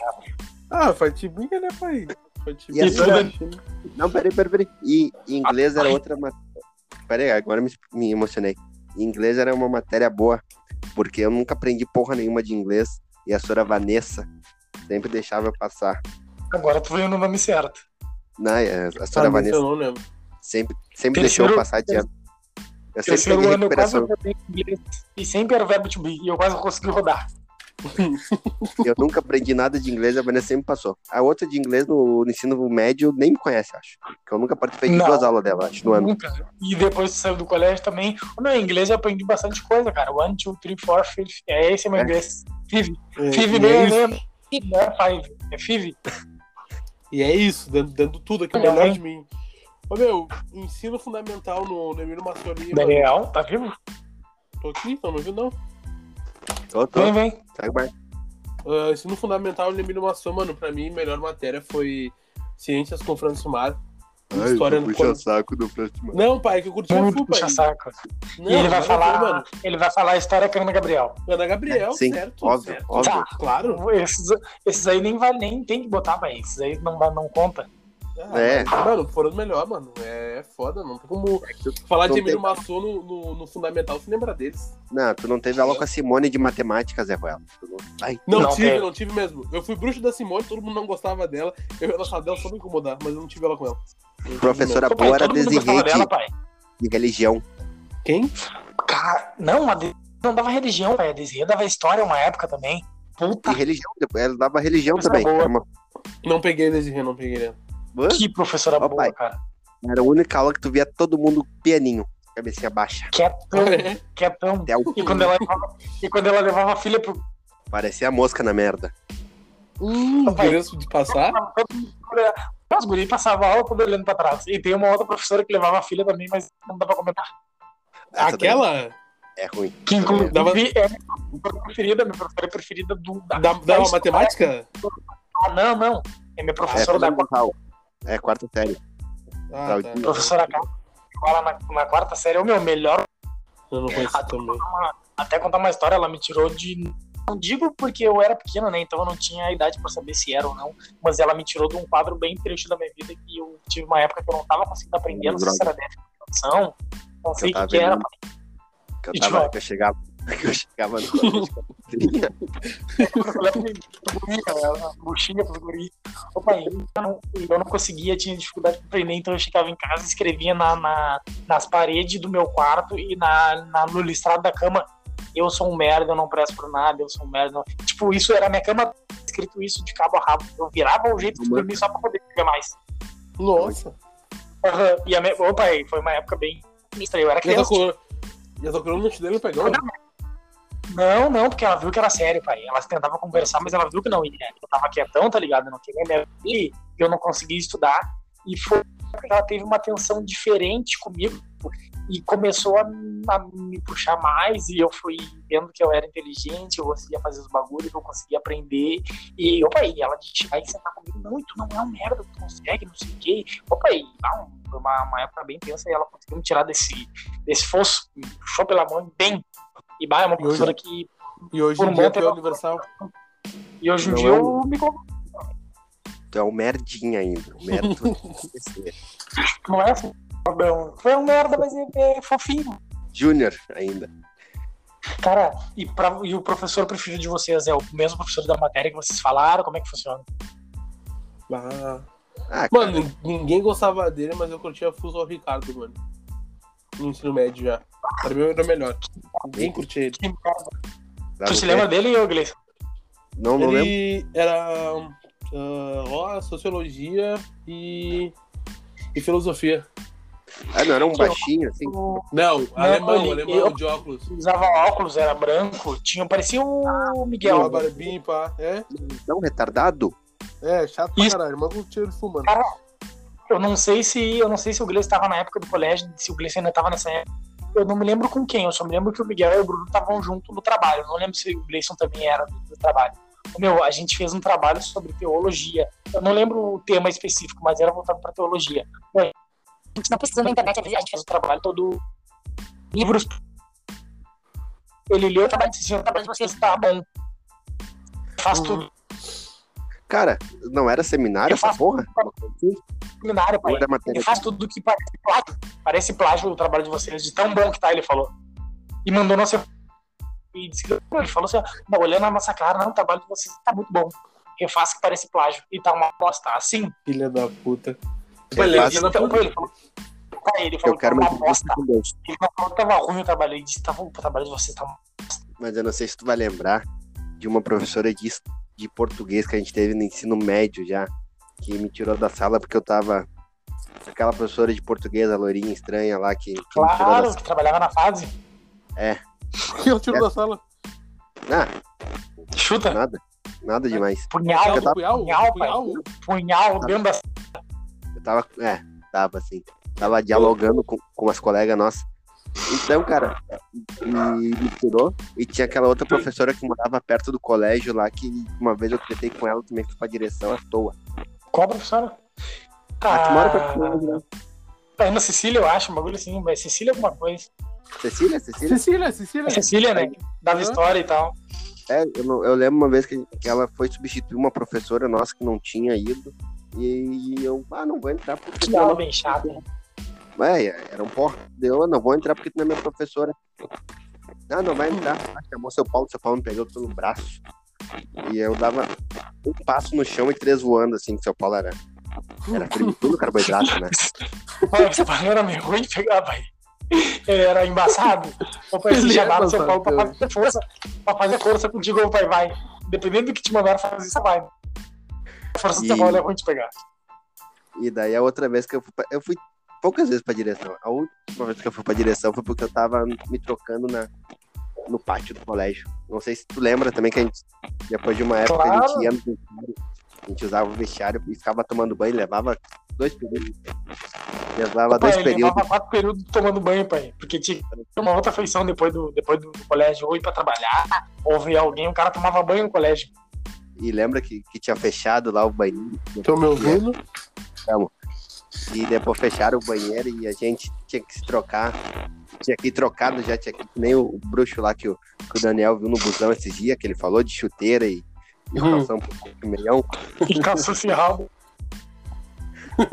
Ah, Fatiminha, né, pai?
E
Fatiminha.
a Não, peraí, peraí, peraí. E inglês era outra matéria. Peraí, agora me, me emocionei. Inglês era uma matéria boa, porque eu nunca aprendi porra nenhuma de inglês. E a senhora Vanessa sempre deixava eu passar.
Agora tu veio no nome certo.
Né? É, A senhora
Ah, mas
Vanessa
eu não lembro.
sempre, sempre deixou
Terceiro-
eu passar de ano. Eu sempre
Terceiro
peguei
ano eu quase
recuperação.
rodei em inglês. E sempre era o verbo to be. E eu quase não consegui rodar.
Eu nunca aprendi nada de inglês, a Vanessa sempre passou. A outra de inglês no, no ensino médio nem me conhece, acho. Porque eu nunca participei de
Não.
duas aulas dela, acho, no ano.
Nunca. E depois que saiu do colégio também. O meu inglês eu aprendi bastante coisa, cara. One, two, three, four, five. É esse é meu
É.
inglês. Five.
É,
Five,
e
né?
é isso-
né? Five, Não é five. É five.
E é isso, dando, dando tudo aqui, o
Não,
melhor
hein?
de mim. Ô, meu, ensino fundamental no, no Emílio Massoli. mano.
Daniel, tá vivo?
Tô aqui, então, não me ouviu, não.
Tô, tô,
Vem, vem.
segue o baile.
Ah, ensino fundamental no Emílio Massoli, mano, pra mim, melhor matéria foi Ciências com Francis Mar.
Ai,
História
tu
no
puxa
colo.
saco do próximo.
Não, pai, é que eu curti a
Muito
FU, pai.
puxa saco.
Não,
E ele vai
nada a ver,
falar.
mano.
Ele vai falar a história com a Ana Gabriel.
Ana Gabriel,
Sim,
É, certo?
óbvio,
certo.
óbvio.
Tá.
Claro.
Esses, esses aí nem vale, nem tem que botar, mas esses aí não, vai- não conta.
Ah,
É.
Mano, foram os melhor, mano. É foda, não tem como falar
Não
de
tem-
Emílio Massol no, no, no fundamental se lembrar deles.
Não, tu não teve aula com a Simone de matemática, Zé Ruela. Tu não- Ai,
Não,
Não,
tive,
tem.
não tive mesmo. Eu fui bruxo da Simone, todo mundo não gostava dela. Eu ia na sala dela só pra incomodar, mas eu não tive ela com ela. Eu não
Professora
Pô, pai,
boa era
todo mundo gostava
desirrete
dela, pai.
de religião.
tive, não. Quem?
Cara, não, a Desirê não dava religião, pai. A Desirê dava história uma época também. Puta
E religião, depois ela dava religião
Coisa
também.
boa.
Era, uma...
Não peguei Desirê, não peguei ela.
Hã?
que professora
Ó,
boa,
pai.
cara.
Era a única aula que tu via todo mundo pianinho, cabecinha baixa.
Quietão, quietão.
Até o...
é E quando, ela levava, e quando ela levava a filha pro.
Parecia a mosca na merda.
Hum,
Papai. Tá.
Lourenço de passar?
Pai, Os guris passavam a aula toda olhando pra trás. E tem uma outra professora que levava a filha também, mas não dá pra comentar.
Essa daí
Aquela
É ruim.
Que inclusive
Dava-
é a minha professora preferida, minha professora preferida do, da,
da, da,
escola.
matemática?
Ah, não, não. É minha
É,
professora da
fundamental. É, quarta série.
Ah, tá.
professora Carla, agora na, na quarta série, é o meu melhor.
Eu não conheço também.
Até contar uma história, ela me tirou de. Não digo porque eu era pequeno, né? Então eu não tinha a idade pra saber se era ou não. Mas ela me tirou de um quadro bem triste da minha vida que eu tive uma época que eu não tava conseguindo aprender. Não sei se era déficit de atenção, não sei o que,
tava
que era.
vendo- Que eu,
E,
tava,
tipo,
que eu chegava. Que eu chegava no colégio. com a trilha.
Eu lembro de guri, cara, uma buchinha pros guri. Ô, pai, eu não, eu não conseguia, tinha dificuldade pra aprender, então eu chegava em casa, escrevia na, na- nas paredes do meu quarto e na, na- no listrado da cama. Eu sou um merda, eu não presto pra nada, eu sou um merda. não- Tipo, isso era minha cama, escrito isso de cabo a rabo. Eu virava o jeito de dormir só pra poder ver mais.
Nossa.
Aham, E a minha, ô, pai, foi uma época bem estranha. Eu era
Já
criança.
tá colando. Já tá colando no chinelo e pegou?
Não, não, porque ela viu que era sério, pai. Ela tentava conversar, mas ela viu que não ia. Eu tava quietão, tá ligado? Eu não queria me abrir, eu não conseguia estudar. E foi porque ela teve uma atenção diferente comigo e começou a, me- a me puxar mais. E eu fui vendo que eu era inteligente, eu conseguia fazer os bagulhos, que eu conseguia aprender. E, opa, e ela de chegar e sentar comigo, não, e tu não é um merda, tu consegue, não sei o quê. Opa, e não, foi uma, uma época bem tensa e ela conseguiu me tirar desse, desse fosso, me puxou pela mão bem. E bah, é uma professora que
E hoje
Por
em
um
dia
bom
tu é
tempo-
universal.
e hoje em
Não
dia
é
eu me convido.
Tu é um merdinha ainda. Um merda. tu vai acontecer.
Não é assim. Não. Foi um merda, mas é, é fofinho.
Júnior ainda.
Cara, e, pra- e o professor preferido de vocês é o mesmo professor da matéria que vocês falaram? Como é que funciona?
Ah.
Ah, cara,
Mano, ninguém gostava dele, mas eu curtia Fuso ao Ricardo, mano. No ensino médio já. Pra mim era o melhor. Ninguém curtia ele.
Que merda.
dá
Tu
Tá no
se
pé.
lembra dele, ô, Gleice?
um Não, não lembro.
Ele era. ah, ó, sociologia e. e filosofia.
Ah, não, era um baixinho, assim.
O-
Não, alemão,
ele-
alemão
eu-
de óculos.
Usava óculos, era branco, tinha, parecia é o
Uma
Miguel.
barbinha, pá. É?
Não, retardado.
É, chato pra
Isso.
caralho, mas curtia ele fumando.
Eu não sei se eu não sei se o Gleice estava na época do colégio, se o Gleice ainda estava nessa época. Eu não me lembro com quem, eu só me lembro que o Miguel e o Bruno estavam junto no trabalho. Eu não lembro se o Gleison também era do, do trabalho. Meu, a gente fez um trabalho sobre teologia. Eu não lembro o tema específico, mas era voltado para teologia. Ué, a gente não precisou da internet, a gente fez um trabalho todo. Livros. Ele leu o trabalho e disse: "O trabalho de vocês tá bom. Faz
Uhum.
tudo
Cara, não era seminário
Eu
essa
faço-
porra? Uma coisa assim?
culinário, pai.
Ou era matéria?
Ele faz tudo que parece plágio. Parece plágio o trabalho de vocês, de tão bom que tá, ele falou. E mandou nossa. E disse que- ele falou assim: ó, não, olhando na nossa cara, não, o trabalho de vocês tá muito bom. Refaz que parece plágio. E tá uma bosta. Assim,
Filha da puta.
Eu
Ele é
faço-
filha da
então,
puta.
ele falou. Pra ele, ele falou
Eu
que tá
quero uma
uma
entrevista
bosta.
com Deus.
Ele não falou que tava ruim o trabalho. Ele disse: tá, o trabalho de vocês tá.
Mas eu não sei se tu vai lembrar de uma professora de, his- de português que a gente teve no ensino médio já, que me tirou da sala porque eu tava. Aquela professora de português, a loirinha estranha lá, que, que me tirou da
Claro,
sala.
que trabalhava na fase.
Eu tiro da sala.
Chuta.
Nada. Nada demais.
Punhal,
Eu tava-
Punhal,
punhal,
punhal.
punhal dentro da.
Eu tava. É, tava assim. Tava dialogando com, com as colegas nossas. Então, cara, me, me tirou. E tinha aquela outra professora que morava perto do colégio lá, que uma vez eu tretei com ela também fui pra direção à toa.
Qual professora?
Ah, tu mora perto do
Ah,
colégio, né?
tá indo Cecília, eu acho, um bagulho assim, mas Cecília é alguma coisa.
Cecília, Cecília?
Cecília, Cecília.
A Cecília, né? Dava
Hã?
história e tal.
É, eu, não- eu lembro uma vez que, que ela foi substituir uma professora nossa que não tinha ido. E, eu, ah, não vou entrar porque.
Que aula bem chata. né?
Ué, era um porra. Deu, eu não vou entrar porque tu não é minha professora. Ah, não vai entrar. Ah, chamou seu Paulo, seu Paulo me pegou pelo braço. E eu dava um passo no chão e três voando, assim, que seu Paulo era. Era primitivo carboidrato, né?
Olha, Esse pai era meio ruim de pegar, pai. Ele era embaçado. O pai se
Ele é
chamava São Paulo
embaçado,
pra fazer força. Pra fazer força contigo, ô pai, vai. Dependendo do que te mandaram fazer, você vai. A força do
E-
seu Paulo é ruim de pegar.
E daí a outra vez que eu fui. Pra, eu fui poucas vezes pra direção. A última vez que eu fui pra direção foi porque eu tava me trocando na, no pátio do colégio. Não sei se tu lembra também que a gente. Depois de uma época a gente
Claro.
ia no. A gente usava o vestiário e ficava tomando banho, levava dois períodos. Levava
pai,
dois
ele
períodos.
levava quatro períodos tomando banho, pai. Porque tinha que ter uma outra feição depois do, depois do colégio, ou ir pra trabalhar, ou ver alguém, o cara tomava banho no colégio.
E lembra que, que tinha fechado lá o banheiro?
Tô me ouvindo?
E depois fecharam o banheiro e a gente tinha que se trocar. Tinha que ir trocado já, tinha que, que nem o, o bruxo lá que o, que o Daniel viu no busão esses dias, que ele falou de chuteira e, e
Uhum.
Hum.
calção pro meião.
E calça rabo.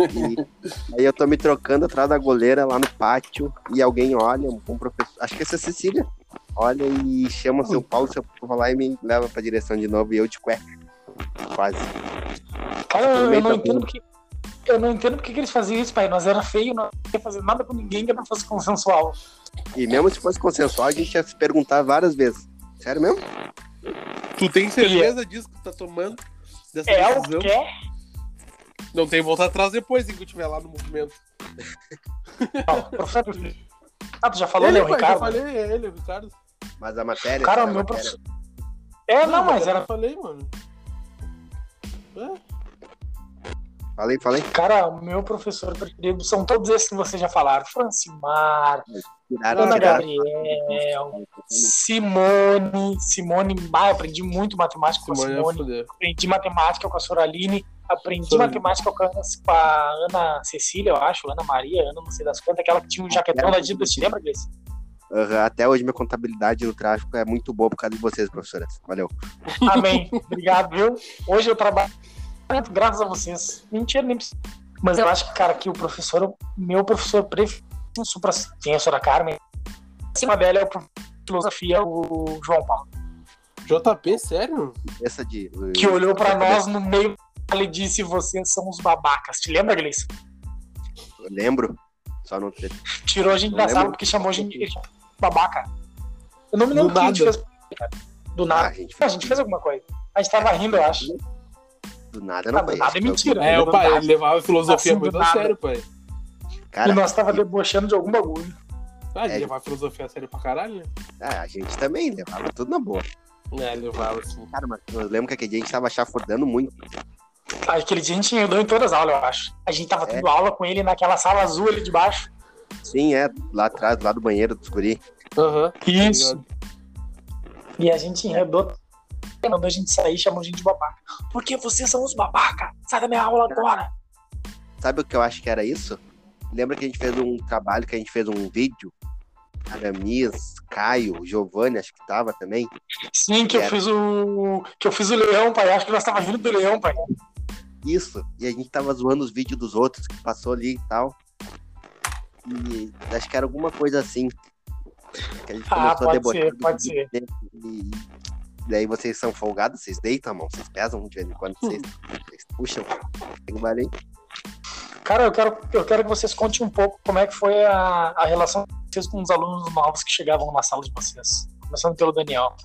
E aí eu tô me trocando atrás da goleira lá no pátio e alguém olha, um bom professor, acho que essa é a Cecília, olha e chama o
Uhum.
seu Paulo, seu Paulo vai lá e me leva pra direção de novo e eu de cueca. Quase.
Cara, eu,
Também
não
tá
entendo porque. Eu não entendo porque que eles faziam isso, pai. Nós era feio, não ia fazer nada com ninguém que não fosse consensual.
E mesmo se fosse consensual, a gente ia se perguntar várias vezes. Sério mesmo?
Tu tem certeza disso que tu tá tomando? Dessa
É o
decisão?
que é?
Não tem volta atrás depois, hein, que eu tiver lá no movimento.
Não, professor. Ah, tu já falou,
ele, é
né, o
pai,
Ricardo?
Eu falei, é ele, o Ricardo.
Mas a matéria.
Cara,
a
o meu
matéria-
professor. É, não, mas
Eu
era.
falei, mano.
Falei, falei.
Cara, o meu professor preferido são todos esses que vocês já falaram: Francimar,
Tiraram,
Ana
tiraram.
Gabriel, Simone, Simone, bah, eu aprendi muito matemática com a
Simone é
Simone,
foder.
aprendi matemática com a Soraline, aprendi
Soraline.
matemática com a, Ana, com a Ana Cecília, eu acho, Ana Maria, Ana não sei das quantas, aquela que tinha um
é
jaquetão da Adidas, te lembra disso?
Aham, Até hoje minha contabilidade no tráfico é muito boa por causa de vocês, professora. Valeu.
Amém, obrigado, viu? Hoje eu trabalho, graças a vocês, mentira, nem precisa. Mas eu acho que, cara, que o professor, o meu professor preferido, supra- tem a Sora Carmen, acima dela é o professor de filosofia, o João Paulo.
JP, sério?
Essa de. uh,
que olhou pra nós no meio e disse: Vocês são os babacas. Te lembra, Gleice?
Eu lembro. Só não.
Tirou a gente
Eu
da
lembro.
sala porque chamou a gente de babaca. Eu não me
Do
lembro o que a gente
nada.
fez. cara. Do
Ah,
nada.
a gente
A gente fez alguma coisa. A gente tava rindo, eu acho.
Do nada
Ah,
não
do
foi.
nada é mentira.
É,
Eu
o pai,
lembro.
ele levava a filosofia
Assim, do
muito a
nada.
sério, pai.
E
Cara,
nós tava debochando de algum bagulho.
Ah, ele
É.
levava a filosofia a sério pra caralho, né?
ah, a gente também levava tudo na boa.
É, levava, assim.
Cara, mas eu lembro que aquele dia a gente tava chafurdando muito.
Aquele dia a gente andou em todas as aulas, eu acho. A gente tava
É.
tendo aula com ele naquela sala azul ali de baixo.
Sim, é, lá atrás, lá do banheiro dos guri.
Aham.
Isso. E a gente enredou. Mandou a gente sair, chamou a gente de babaca. Porque vocês são os babaca. Sai da minha aula agora.
Sabe o que eu acho que era isso? Lembra que a gente fez um trabalho, que a gente fez um vídeo? Aramis, Caio, Giovanni, acho que tava também.
Sim, que eu
Era.
fiz o. Que eu fiz o leão, pai. Acho que nós tava vindo do leão, pai.
Isso. E a gente tava zoando os vídeos dos outros que passou ali e tal. E acho que era alguma coisa assim. Que a gente
Ah,
começou a
pode
debochar.
ser,
do
pode ser.
E daí vocês são folgados, vocês deitam a mão, vocês pesam de vez em quando, vocês,
Hum.
vocês puxam. Tem que valer.
Cara, eu quero, eu quero que vocês contem um pouco como é que foi a, a relação de vocês com os alunos novos que chegavam na sala de vocês. Começando pelo Daniel.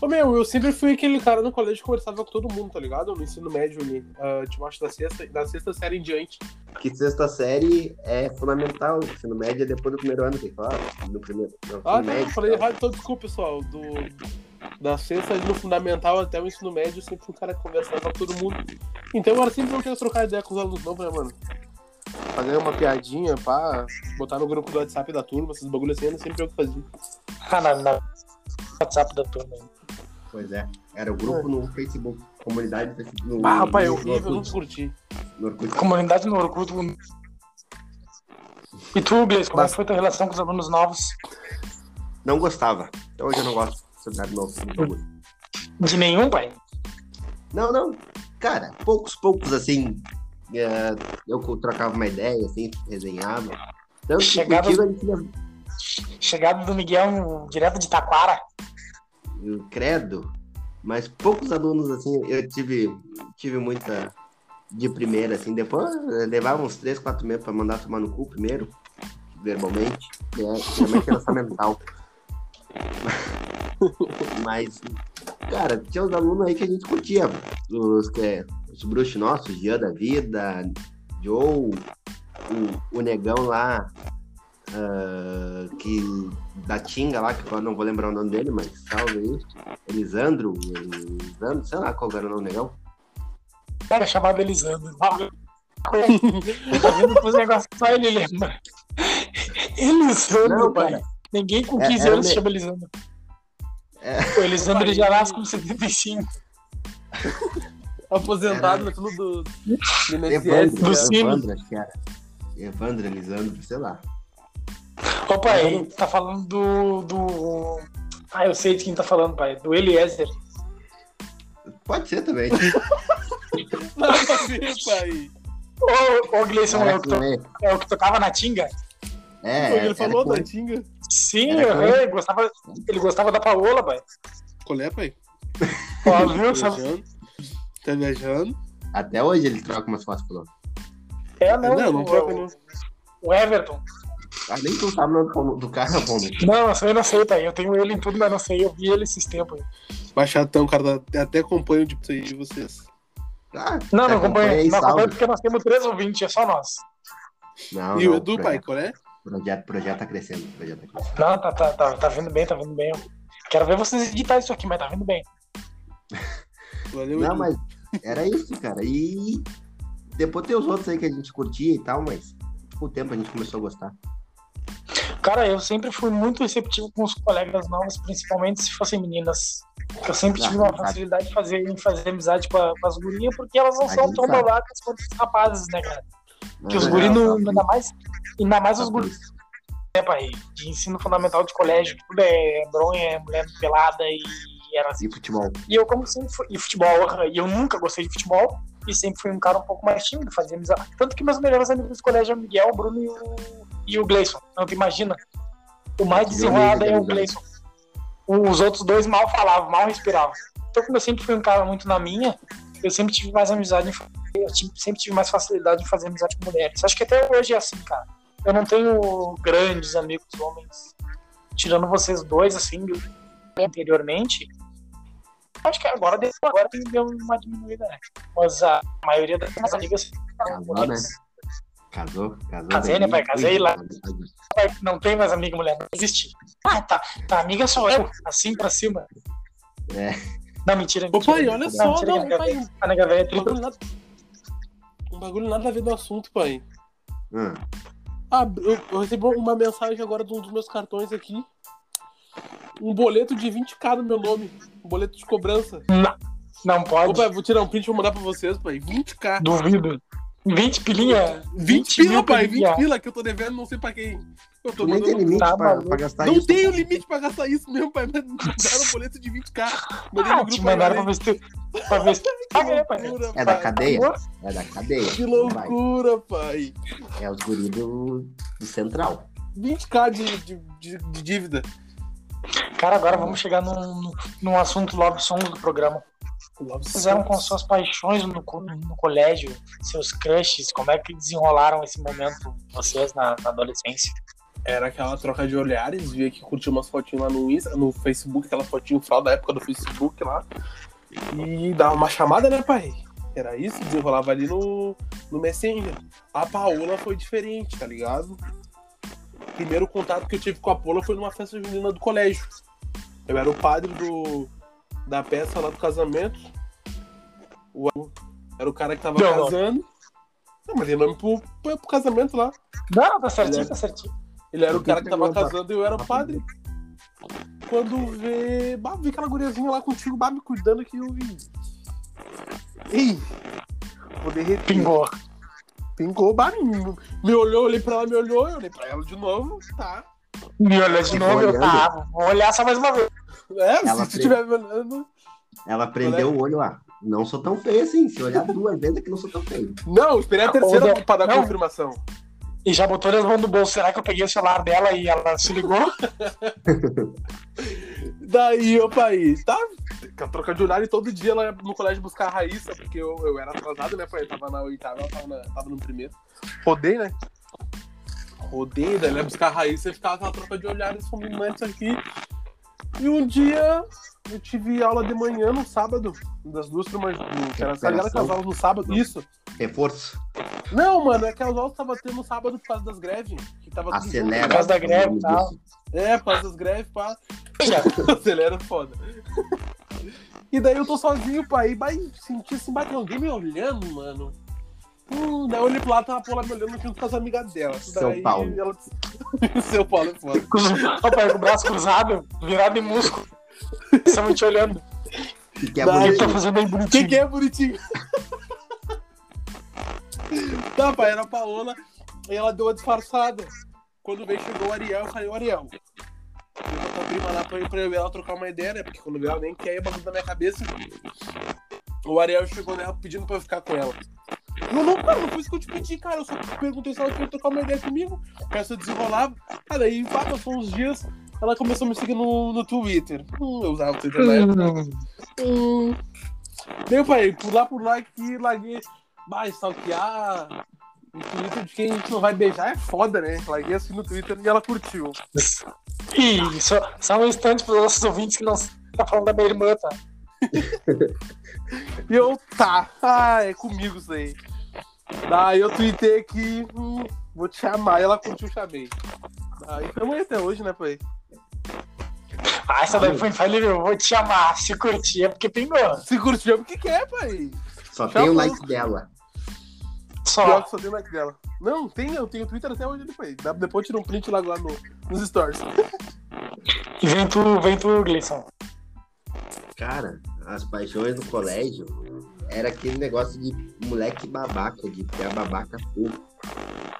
Ô, meu, eu sempre fui aquele cara no colégio que conversava com todo mundo, tá ligado? No ensino médio ali, ah, debaixo da sexta, da sexta série em diante.
Que sexta série é fundamental, ensino médio é depois do primeiro ano, tem que falar. No primeiro, no ensino
Ah, não, eu
médio, tá?
falei
tal.
errado, então desculpa, pessoal. Do, da sexta do fundamental até o ensino médio, eu sempre fui um cara que conversava com todo mundo. Então era sempre eu queria trocar ideia com os alunos novos, né, mano? Fazer uma piadinha, pá, botar no grupo do WhatsApp da turma, esses bagulho assim, era sempre eu que fazia.
Ah, na, na WhatsApp da turma. aí.
Pois é. Era o grupo no Facebook, comunidade do Facebook, no,
Ah, rapaz, eu
no,
vi,
no
eu não
Orkut,
curti.
no Orkut.
Comunidade no Orkut. E tu, Gleice, como é
Mas-
que foi tua relação com os alunos novos?
Não gostava. Até hoje eu não gosto de cenário novo. não tô muito.
De nenhum, pai?
Não, não. Cara, poucos, poucos assim. é, eu trocava uma ideia, assim, resenhava. Tanto que
Chegava-
contigo a gente ia
Chegado do Miguel um, direto de Taquara.
eu um credo, mas poucos alunos assim, eu tive, tive muita de primeira, assim, depois eh, levava uns três, quatro meses pra mandar tomar no cu primeiro, verbalmente, que é geralmente era só mental. mas, cara, tinha uns alunos aí que a gente curtia, os, que é- os bruxos nossos, Jean da Vida, Joe, o, o negão lá, ah, que da Tinga lá, que eu não vou lembrar o nome dele, mas salve aí. Elisandro, Elisandro, sei lá qual era o nome do negão.
Era chamado Elisandro. Tá vendo que os negócios só ele lembra. Elisandro,
Não,
cara.
pai.
Ninguém com
É-
15
era
anos se
me-
chama Elisandro.
É.
O Elisandro ele já nasce com 75.
Aposentado no tudo do. é né? do INSS.
Evandro,
Do
era
Cine.
Evandro, acho que era. Evandro, Elisandro, sei lá.
Ô,
É.
pai, tá falando do, do. Ah, eu sei de quem tá falando, pai. Do Eliezer.
Pode ser também.
Então, Nada a ver, pai.
Ô, ô Gleison, é o,
Caraca,
que to-
né?
é o que tocava na Tinga?
É,
Foi o que
era
Então, ele falou
com-
da Tinga.
Sim,
Era com
aham, ele, gostava, ele gostava da Paola, pai.
Qual é, pai?
Ó, viu?
Tá
Sabe?
viajando? Tá viajando?
Até hoje ele troca umas fotos pelo.
É, não.
Não, não,
o-
troca, não.
O Everton.
Ah, nem tu sabe o nome do cara, Romulo.
Não, eu sei, eu não sei, tá? Eu tenho ele em tudo, mas não sei. Eu vi ele esses tempos. aí.
Baixatão, cara. dá- Até acompanho de vocês- de vocês.
Ah,
Não,
te
não acompanho.
aí,
Não
salve.
acompanho porque nós temos três ouvintes, é só nós.
Não,
e o
não,
Edu, pai,
projeto,
qual é?
Projeto, projeto tá crescendo. Projeto tá crescendo.
Não, tá, tá, tá, tá vindo bem, tá vindo bem. Quero ver vocês editar isso aqui, mas tá vindo bem.
Valeu,
Não,
Edu.
mas era isso, cara. E depois tem os outros aí que a gente curtia e tal, mas com o tempo a gente começou a gostar.
Cara, eu sempre fui muito receptivo com os colegas novos, principalmente se fossem meninas. Eu sempre tive uma facilidade de fazer, em fazer amizade com, a- com as gurias, porque elas não
A
são
gente
tão
sabe.
babacas quanto os rapazes, né, cara? Que os
Não,
guris não.
não,
Ainda mais, ainda mais
não,
os
não,
guris né, pai? De ensino fundamental de colégio, que tudo é bronha, é mulher pelada e era assim.
E futebol.
E eu, como sempre fui. E futebol, aham, e eu nunca gostei de futebol. E sempre fui um cara um pouco mais tímido, fazia amizade. Tanto que meus melhores amigos do colégio é o Miguel, o Bruno e o, e o Gleison. Não, tu imagina. O mais desenrolado é o Gleison. Os outros dois mal falavam, mal respiravam. Então, como eu sempre fui um cara muito na minha, eu sempre tive mais amizade, em fa- eu tive- sempre tive mais facilidade em fazer amizade com mulheres. Acho que até hoje é assim, cara. Eu não tenho grandes amigos homens, tirando vocês dois, assim, do- anteriormente. Acho que agora, deu- agora deu uma diminuída, né? Mas a maioria das minhas amigas
Casou, né? Casou, casou.
Casei, né, pai? Casei lá. Pai, É, não tem mais amigo mulher, não existe. Ah, tá, tá amiga só eu, assim pra cima.
É.
Não, mentira,
Ô,
mentira.
pai, olha só,
mentira,
não,
nega
pai.
velha. A nega velha é
Um
tri-
bagulho, nada... um bagulho nada a ver do assunto, pai.
Hum,
Ah, eu, eu recebi uma mensagem agora de um dos meus cartões aqui. Um boleto de 20k no meu nome. Um boleto de cobrança.
Não pode,
Ô, pai, vou tirar um print e vou mandar pra vocês, pai. 20k.
duvido. 20 pilinha.
20, pila,
mil
pai. 20
pilinha.
pila que eu tô devendo, não sei pra quem. Eu tô
Tu nem tem
mandando.
limite
Tá
pra,
maluco.
pra gastar
Não
isso.
tenho limite pra gastar isso mesmo, pai. Mas me mandaram um boleto de 20k. Mandei
Ah,
no
te
grupo
mandaram pra
agora,
ver se tu... Pra ver se tu... Ah, é, pai.
hein? Que loucura,
É da
pai.
cadeia? É da cadeia.
Que
Vai.
loucura, pai.
É os guris do, do Central.
20k de, de, de, de dívida.
Cara, agora vamos chegar num, num- num assunto logo songo do programa. Fizeram com suas paixões no, co- no colégio, seus crushes, como é que desenrolaram esse momento vocês na, na adolescência?
Era aquela troca de olhares, via que curtiu umas fotinhas lá no Insta, no Facebook, aquelas fotinhas frau da época do Facebook lá. E dava uma chamada, né, pai? Era isso, desenrolava ali no, no Messenger. A Paola foi diferente, tá ligado? O primeiro contato que eu tive com a Paola foi numa festa junina do colégio. Eu era o padre do, da peça lá do casamento. O, era o cara que tava
Não, não.
casando. Não, mas ele nome pro, pro, pro casamento lá.
Não, tá certinho, tá certinho.
Ele era o
Por que
cara
que
que tava
pegou a-
casando e
Tá
eu era o padre. Quando vê. Bah, vê aquela guriazinha lá contigo, bah, me cuidando que eu. Ih! Vou derreter.
Pingou.
Pingou, bah, me, me olhou, olhei pra ela, me olhou, eu olhei pra ela de novo, tá.
Me olhou de
Ficou
novo, eu
olhando.
tava. Vou olhar só mais uma vez.
Ela
É, se tu
fez.
estiver me olhando.
Ela prendeu o olho lá. Não sou tão feio assim. Se olhar duas vezes é que não sou tão feio.
Não, esperei a terceira
Ô, Zé,
pra dar
não.
confirmação.
E já botou as mãos no bolso. Será que eu peguei o celular dela e ela se ligou?
Daí, ô pai, tá? Com a troca de horário todo dia ela ia no colégio buscar a Raíssa, porque eu, eu era atrasado, né, pai? Eu tava na oitava, ela tava, na- tava no primeiro. Rodei, né? Rodei, daí ela ia buscar a Raíssa e ficava com a troca de olhares fulminantes aqui. E um dia eu tive aula de manhã no sábado, das duas turmas, do- que era sabe aquela que as aulas no sábado. Isso.
Reforço.
Não, mano, é que as aulas tava tendo no sábado por causa das greves. Que tava tudo junto.
Acelera.
Por causa da
é o
greve
nome
e tal.
disso.
É, por causa das greves, pá.
Já.
Acelera foda. E daí eu tô sozinho, pai. E vai sentir assim, bater alguém me olhando, mano. Hum, daí eu olhei pro lado, tava a Paula me olhando junto com as amigas dela.
São
Daí
Paulo.
ela- São Paulo é foda.
Ô, pai, com o braço cruzado, virado em músculo. Estamos te olhando.
Que é
Dá,
Ele tá
bonitinho.
fazendo bem
O que,
bonitinho.
que é bonitinho? tá, pai, era a Paola e ela deu uma disfarçada. Quando veio, chegou o Ariel, eu falei, o Ariel. Eu vou botar a prima lá pra eu, pra eu e ela trocar uma ideia, né? Porque quando veio ela nem quer ir bagulho da minha cabeça. O Ariel chegou nela pedindo pra eu ficar com ela. Não, não, cara, não foi isso que eu te pedi, cara. Eu só perguntei se ela queria trocar uma ideia comigo. Aí eu desenrolava. Cara, aí pá, passou uns dias, ela começou a me seguir no, no Twitter. Hum, eu usava o Twitter na época. Hum. Meu pai, pular por lá que larguei. Vai stalkear. No Twitter de quem a gente não vai beijar é foda, né? Larguei assim no Twitter e ela curtiu.
Ih, só, só um instante para os nossos ouvintes que não tá falando da minha irmã, tá?
E eu, tá, ah, é comigo isso aí. Daí eu tuitei que hum, vou te chamar. E ela curtiu, chamei. Aí estamos aí até hoje, né, pai?
Ah, essa daí foi infalível. Vou te chamar. Se curtir é porque pingou.
Se curtiu, é porque quer, pai.
Só tem o like dela.
Pior
Só.
que só dei like dela. Não, tem, eu tenho Twitter até hoje, pai. Dá- Depois eu tiro um print lá, lá no, nos stories.
E vem tu, vem tu, Gleison.
Cara, as paixões do colégio era aquele negócio de moleque babaca, de ter a babaca fofa.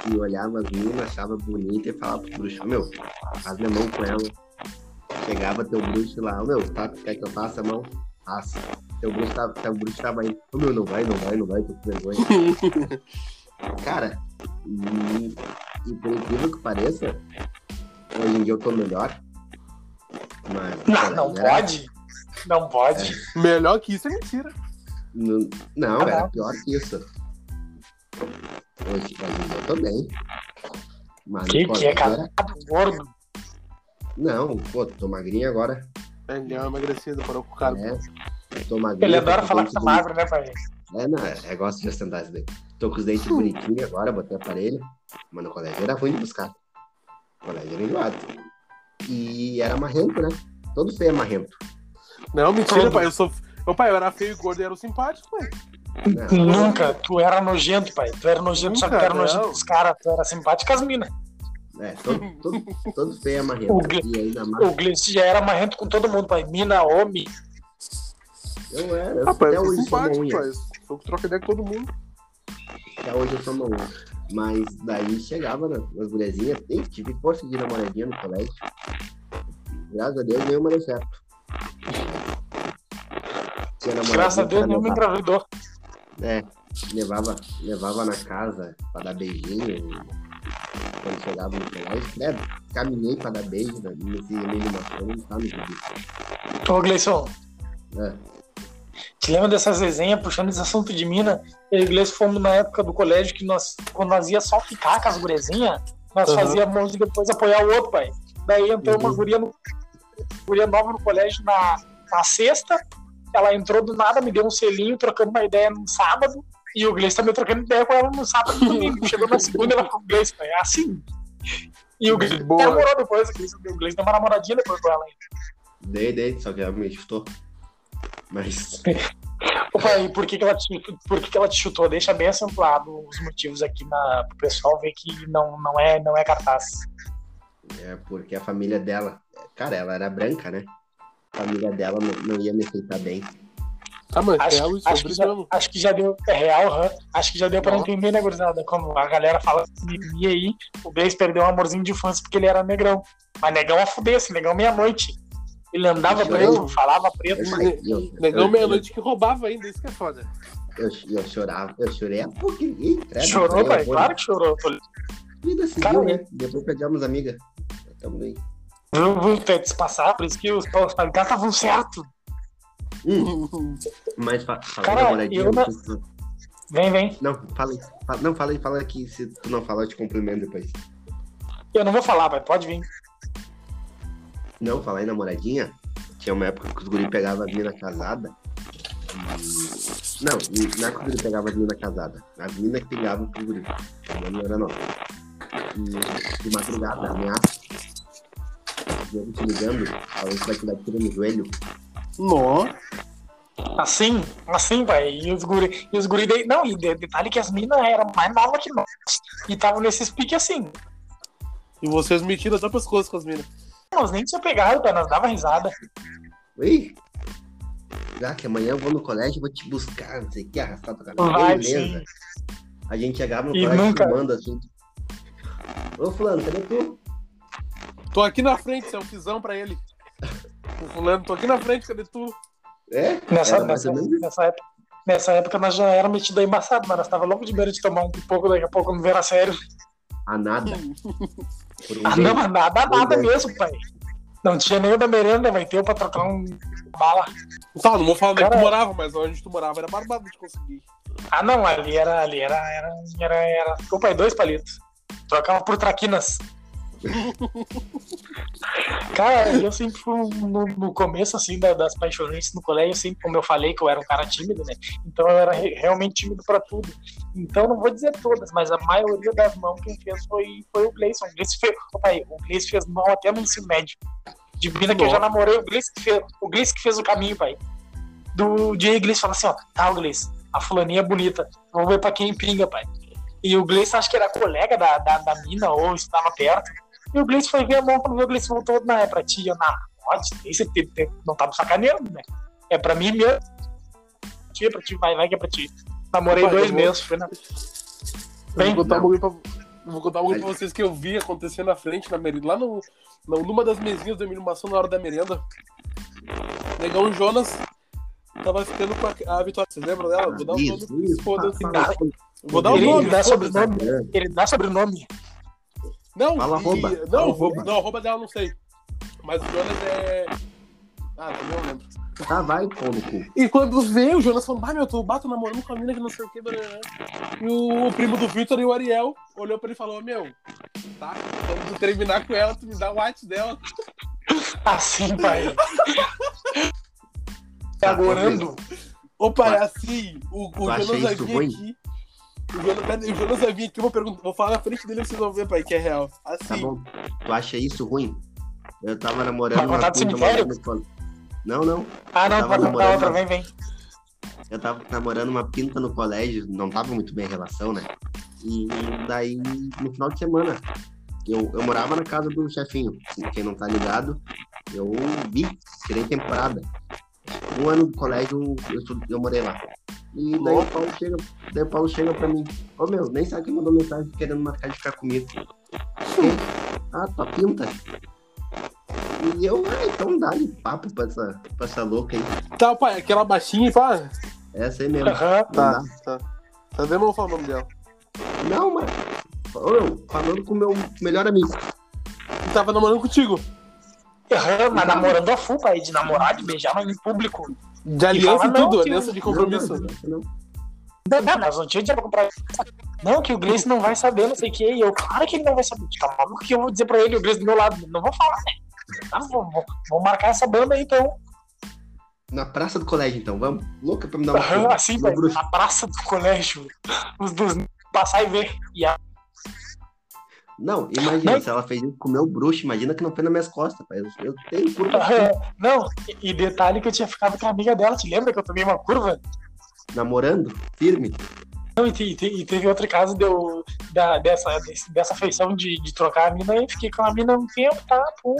Que olhava as meninas, achava bonita e falava pro bruxo, meu, faz minha mão com ela. Chegava teu bruxo lá, "Ô, meu, tá, quer que eu faça a mão? Faça. Teu bruxo tava, teu bruxo tava aí, "Ô, meu, não vai, não vai, não vai, tô com vergonha. Cara, e, e por incrível que pareça, hoje em dia eu tô melhor. Mas,
Não,
cara,
não
era-
pode. Não pode.
Melhor que isso é mentira.
Não, não,
Tá
era
bom.
pior que isso. Hoje, mas eu tô bem. Mas
Que
no
que
colégio
é, cara?
era-
Gordo.
Não, pô, tô magrinho agora.
É, ele é uma emagrecida, parou com o cara.
né? Tô magrinho.
Tá Ele
tô
adora
com
falar que
dente
tá
boni-
magro, né, pai?
É, não, é, eu gosto de ostentar isso daí. Tô com os dentes
Hum.
bonitinhos agora, botei aparelho. Mas no colégio era ruim de buscar. No colégio era enjoado. E era marrento, né? Todo feio é marrento.
Não, mentira,
Todo.
pai. Eu sou. Meu pai, eu era feio e gordo e era o simpático, pai.
Não,
Nunca. Tu era nojento, pai. Tu era nojento, só que tu
Nunca,
era nojento
não.
com os caras. Tu era simpático com as minas.
é, todo, todo, todo feio é marrento.
O Gle-
E ainda mais.
O Gleison já era marrento com todo mundo, pai. Mina, homem.
Eu era. Eu
Ah, pai,
até
eu sou
hoje sou é. uma
simpático,
unha.
pai. Eu troco ideia com todo mundo.
Até hoje eu sou maluco. Mas daí chegava né, nas mulherzinhas, nem tive força de namoradinha no colégio. Graças a Deus nenhuma deu certo. Tinha namoradinha
Graças a
que
Deus,
era
nenhum me
levada-
engravidou.
É, levava, levava na casa pra dar beijinho. né, Quando chegava no colégio, né, caminhei pra dar beijo né, nesse Emílio Marconi, tá no gibi.
Ô, Gleison.
É.
Te lembra dessas resenhas puxando esse assunto de mina? Eu e o Gleison fomos na época do colégio que nós, quando nós ia só ficar com as gurezinhas, nós
Uhum.
fazíamos mão de depois apoiar o outro, pai. Daí entrou uma
Uhum.
guria, no, guria nova no colégio na, na sexta, ela entrou do nada, me deu um selinho, trocando uma ideia no sábado, e o Gleison também trocando ideia com ela no sábado e domingo. Chegou na segunda, ela com o Gleison, pai. É assim. E o Gleison
Boa.
namorou depois, o Gleison o Gleison deu uma namoradinha depois com ela.
Dei, dei, só que ela me chutou. Mas
Opa, e por que, que, ela te, por que, que ela te chutou? Deixa bem acentuado os motivos aqui na, pro pessoal ver que não, não, é, não é cartaz.
É porque a família dela, cara, ela era branca, né? A família dela não, não ia me aceitar bem.
Tá, mano,
Acho-
é algo
acho, que
sobre
já,
isso
acho que já deu. É real, hã? acho que já deu pra
Não.
entender, né, gurizada? Quando a galera fala assim, e aí, o Blaze perdeu um amorzinho de infância porque ele era negrão. Mas negão a fuder, esse negão meia-noite. Ele andava
Eu-
preto, falava preto.
Eu-
mesmo. Negão meia-noite que roubava ainda, isso que é foda.
Eu, eu chorava, eu chorei a pouquinho. Ih, credo,
Chorou,
eu
pai?
vou-
Claro que chorou. Tô-
Vida seguiu,
Cara,
né? Depois pegamos amiga. Tamo aí.
Viu viu, tem que se passar, por isso que os pais estavam certo.
Hum, mas fa falando
Cara,
da namoradinha,
eu não-
não... sei se tu-
Vem, vem.
Não, fala aí. Fa- Não, fala aí, fala aqui. Se tu não falar, eu te cumprimento depois.
Eu não vou falar, pai. Pode vir.
Não, falar em namoradinha, tinha uma época que os guri pegavam as minas casadas. E... Não, e- não é que os guri pegavam as minas casadas. As minas que pegavam os guri. Não, não era não. E, de madrugada, ameaça. E eu te ligando, falando que vai te dar tiro no joelho.
Nó.
Assim, assim, pai. E os guri, e os guri daí- Não, e de- detalhe que as minas eram mais novas que nós. E estavam nesses piques assim.
E vocês metiram até pras coisas com as minas.
Nós nem tinha pegado, pai. Nós dava risada.
Ui! Já que amanhã eu vou no colégio e vou te buscar, não sei o que, arrastar pra caralho.
Vai,
Beleza.
sim.
A gente chegava no
E
colégio
nunca-
filmando assim. Ô fulano, cadê tu?
Tô aqui na frente, isso é um pisão pra ele. O fulano, tô aqui na frente, cadê tu?
É?
Nessa,
Era mais
nessa,
ou menos isso.
nessa época. Nessa época nós já éramos metidos a embaçado, mas nós tava louco de beira de tomar um pouco, daqui a pouco não era sério.
A nada. Por um
Ah,
jeito.
não, mas nada, nada
Pois é.
mesmo, pai. Não tinha nem o da merenda, vai ter pra trocar um bala.
Tá, não vou falar onde é que tu
Cara-
morava, mas onde tu morava era barbado de conseguir.
Ah, não, ali era, ali era, era, era, era. Opa, é dois palitos. Trocava por traquinas. cara, eu sempre fui um- no, no começo, assim, da- das paixonantes no colégio, eu sempre, como eu falei, que eu era um cara tímido, né? Então eu era re- realmente tímido pra tudo. Então não vou dizer todas, mas a maioria das mãos quem fez foi, foi o Gleison. O Gleison fez, opa, aí, o Gleison fez mão até no ensino médio. De mina que eu já namorei, o Gleison que fez o, Gleison que fez o caminho, pai. Do Diego Gleison fala assim, ó, tá, o Gleison, a fulaninha é bonita. Vamos ver pra quem pinga, pai. E o Gleice acho que era colega da, da, da mina ou estava perto. E o Gleice foi ver a mão quando viu o Gleice voltou. Não, é pra ti. Eu, não, pode. Tem certeza. tem- Não tá me sacaneando, né? É pra mim mesmo. Tia, pra ti, vai, vai que é pra ti. Namorei
Pai,
dois
eu vou-
meses. Foi na...
Eu
Bem,
vou contar
não.
um bagulho pra, eu vou contar um bagulho pra vocês que eu vi acontecer na frente, na merenda, lá no, na- numa das mesinhas da iluminação na hora da merenda. Negão Jonas tava ficando com a, a Vitória. Vocês lembram dela? Vou dar o
Isso,
nome.
isso. tá,
Foda-se.
assim,
Fala-
Vou dar o
Ele
nome.
dá
foda-se.
tá,
sobrenome. ele dá sobrenome.
Não,
Fala
e-
arroba.
Não,
Fala arroba.
arroba. não, arroba dela eu não sei. Mas o Jonas é. Ah, também eu lembro.
Tá, vai, pô, no cu.
E quando veio, o Jonas falou: Ah, meu, tu bato namorando com a mina que não sei o que. Né? E o primo do Vitor e o Ariel olhou pra ele e falou: Meu, tá, quando tu terminar com ela, tu me dá o WhatsApp dela.
Assim, pai. tá agorando.
Opa,
Tu
é assim. O, o
Tá. acha
Jonas vai
isso
vir
ruim?
aqui. O Jonas, o Jonas vai vir aqui, eu vou, perguntar, vou falar na frente dele e vocês vão ver, pai, que é real.
Tá
Assim.
bom. Tu acha isso ruim? Eu tava
Vai
namorando
contar do cemitério?
no colo- Não, não.
Ah, não,
Tava
vai contar
namorando.
outra. Vem, vem.
eu tava namorando uma pinta no colégio, não tava muito bem a relação, né? E daí, no final de semana, eu, eu morava na casa do chefinho. Quem não tá ligado, eu vi, tirei temporada. Um ano do colégio, eu, estu- eu morei lá. E daí o Paulo chega, daí o Paulo chega pra mim, ô meu, nem sabe quem mandou mensagem querendo marcar de ficar comigo. Quem? Ah, tua pinta. E eu, ah, então dá-lhe papo pra essa, pra essa louca aí.
Tá, pai, aquela baixinha e pá.
Essa aí mesmo.
Aham.
Não dá.
tá. Tá vendo? Eu vou falar o nome dela.
Não, mano. Ô, eu, falando com o meu melhor amigo.
E tava namorando contigo.
Aham, mas namorando a full, pai, de namorar, de beijar, mas em público.
De aliança
fala
e,
não,
tudo,
que
aliança
um
eu-
de compromisso.
Não, não, não.
Não, não, nós não tínhamos dinheiro pra comprar. Não, que o Gleice não vai saber, não sei o que. E eu, claro que ele não vai saber. Tá maluco que eu vou dizer pra ele, o Gleice do meu lado. Não vou falar, né? Tá, vou, vou- vou marcar essa banda aí, então.
Na praça do colégio, então, vamos. Louca pra me dar um
Aham,
tiro.
assim,
Uma
velho,
bruxa.
na praça do colégio. Os dois passar e ver. E a...
Não, imagina,
Não.
se ela fez isso com o meu bruxo, imagina que não foi nas minhas costas, pai. Eu, eu tenho um curva.
Aham, Não, e, e detalhe que eu tinha ficado com a amiga dela. Te lembra que eu tomei uma curva?
Namorando, firme.
Não, e, te- e te- e teve outro caso de eu- da, dessa, desse- dessa feição de, de trocar a mina e fiquei com a mina um tempo, tá? Pô.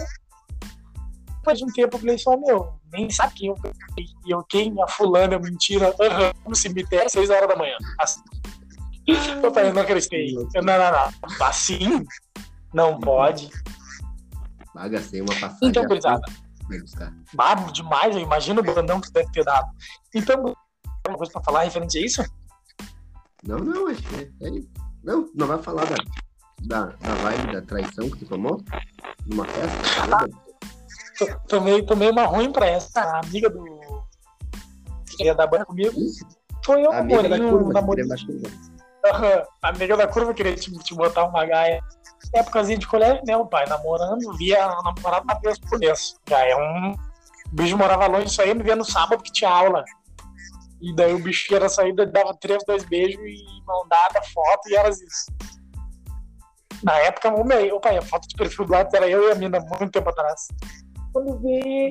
Depois de um tempo eu falei só, meu, nem sabe quem eu peguei. E eu, quem? A fulana, mentira, aham, no cemitério, seis horas da manhã. Assim. Eu falei, não acreditei. Eu, não, não, não. Assim? Não pode.
Bagacei Ah, uma passagem.
Então, gurizada,
Vai buscar.
Babo demais, eu imagino o bandão que tu deve ter dado. Então, tem uma coisa pra falar referente a isso?
Não, não, acho que é, é isso. Não, não vai falar da, da, da vibe da traição que tu tomou? Numa
Ah,
festa? Lembra?
T- tomei, tomei uma ruim pra essa a amiga do. que ia dar banho comigo.
Isso,
Foi eu,
amiga da
namorinho,
curva.
namorinho.
amiga da curva.
Aham, a amiga da curva queria te, te botar uma gaia. Épocazinha de colégio, né? O pai namorando, via a namorada uma vez por mês. Já é um. O bicho morava longe, só ia me ver no sábado que tinha aula. E daí o bicho era saída, dava três, dois beijos e mão dada, foto e eras isso. Na época, o meu, opa, a foto de perfil do lado era eu e a mina, muito tempo atrás. Quando vê,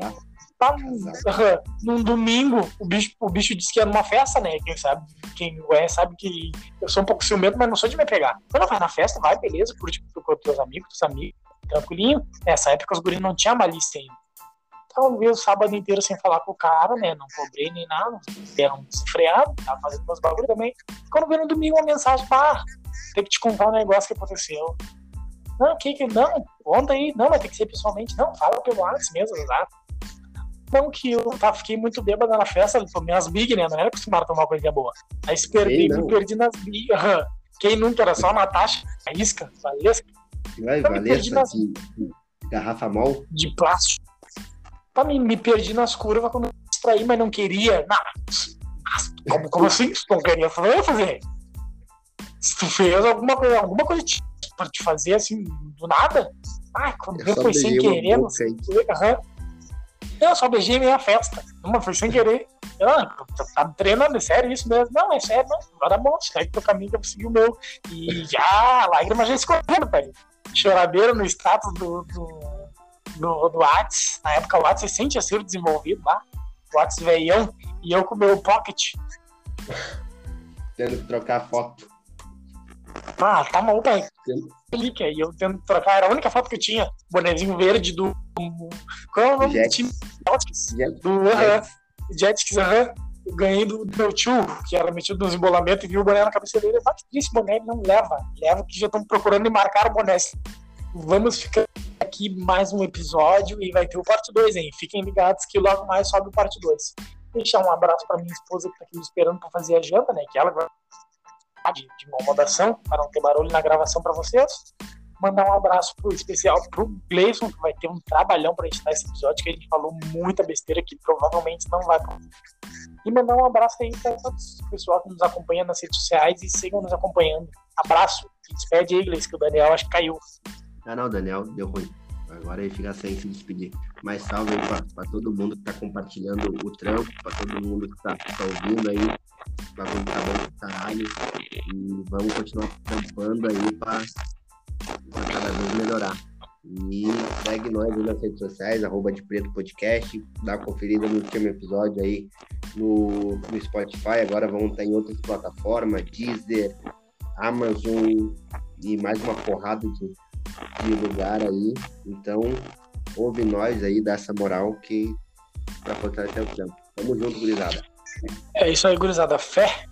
Tá num, num domingo, o bicho, o bicho disse que era uma festa, né? Quem sabe, quem me conhece sabe que eu sou um pouco ciumento, mas não sou de me pegar. Quando vai na festa, vai, beleza, curte com teus amigos, teus amigos, tranquilinho. Nessa época os guris não tinham malícia ainda. Talvez o um sábado inteiro sem falar com o cara, né? Não cobrei nem nada, deram um desfreado, tava fazendo meus bagulho também. Quando veio no domingo uma mensagem, pá, tem que te contar um negócio que aconteceu. Não, que que não? Conta aí. Não, mas tem que ser pessoalmente. Não, fala pelo WhatsApp mesmo, exato. Não que eu tá, fiquei muito bêbada na festa, tomei as big, né? Não era acostumado a tomar coisa boa. Aí se perdi,
Ei,
me
não.
perdi nas big. aham. Quem nunca era só a Natasha, a Isca, Valesca,
Vai,
Eu me
valeu,
perdi nas-
de, de garrafa mol.
de plástico. Tá, me, me perdi nas curvas quando eu me distraí, mas não queria. Não, mas como, como assim? Se tu não queria fazer, eu ia fazer. Se tu fez alguma coisa, alguma coisa te, pra te fazer assim, do nada. Ah, quando
Eu
eu
é só
foi sem
beijei uma
querer, não
boca aí.
Aham. Eu só beijei minha festa. Uma foi sem querer. Eu, ah, tá, tá treinando, é sério isso mesmo? Não, é sério, não. Agora bom, segue teu caminho que eu vou seguir o meu. E já, a lágrima já escorrendo, velho. Choradeira no status do, do, do, do Whats. Na época o Whats recente tinha sido desenvolvido lá. O Whats veião. E eu com o meu pocket.
Tendo que trocar foto.
Ah, tá maluco aí. Clique aí. Eu tento trocar. Era a única foto que eu tinha. Bonezinho verde do. Qual é o nome do
Jets.
time? Celtics.
Gente,
Do aham. Jet Skis, aham. Eu Ganhei do, do meu tio, que era metido nos embolamentos, e viu o boné na cabeça dele. Bate esse boné, ele não leva. Leva que já estão procurando e marcar o boné. Vamos ficar aqui mais um episódio e vai ter o parte 2, hein? Fiquem ligados que logo mais sobe o parte 2. Deixar um abraço para minha esposa que tá aqui me esperando para fazer a janta, né? Que ela vai de, de incomodação, para não ter barulho na gravação para vocês. Mandar um abraço pro especial pro Gleison, que vai ter um trabalhão para editar esse episódio, que a gente falou muita besteira que provavelmente não vai. pro- E mandar um abraço aí para todos o pessoal que nos acompanha nas redes sociais e sigam nos acompanhando. Abraço. Se despede aí, Gleison, que o Daniel acho que caiu.
Ah, não, Daniel, deu ruim. Agora ele fica sem se despedir. Mas salve aí pra, pra todo mundo que tá compartilhando o trampo, pra todo mundo que tá, que tá ouvindo aí. O bagulho tá bom pra caralho. E vamos continuar trampando aí pra, pra cada vez melhorar. E segue nós aí nas redes sociais, arroba de preto podcast. Dá uma conferida no último episódio aí no, no Spotify. Agora vamos estar em outras plataformas, Deezer, Amazon e mais uma porrada de de lugar aí. Então, ouve nós aí, dá essa moral que pra fortalecer o campo. Tamo junto, gurizada.
É isso aí, gurizada. Fé.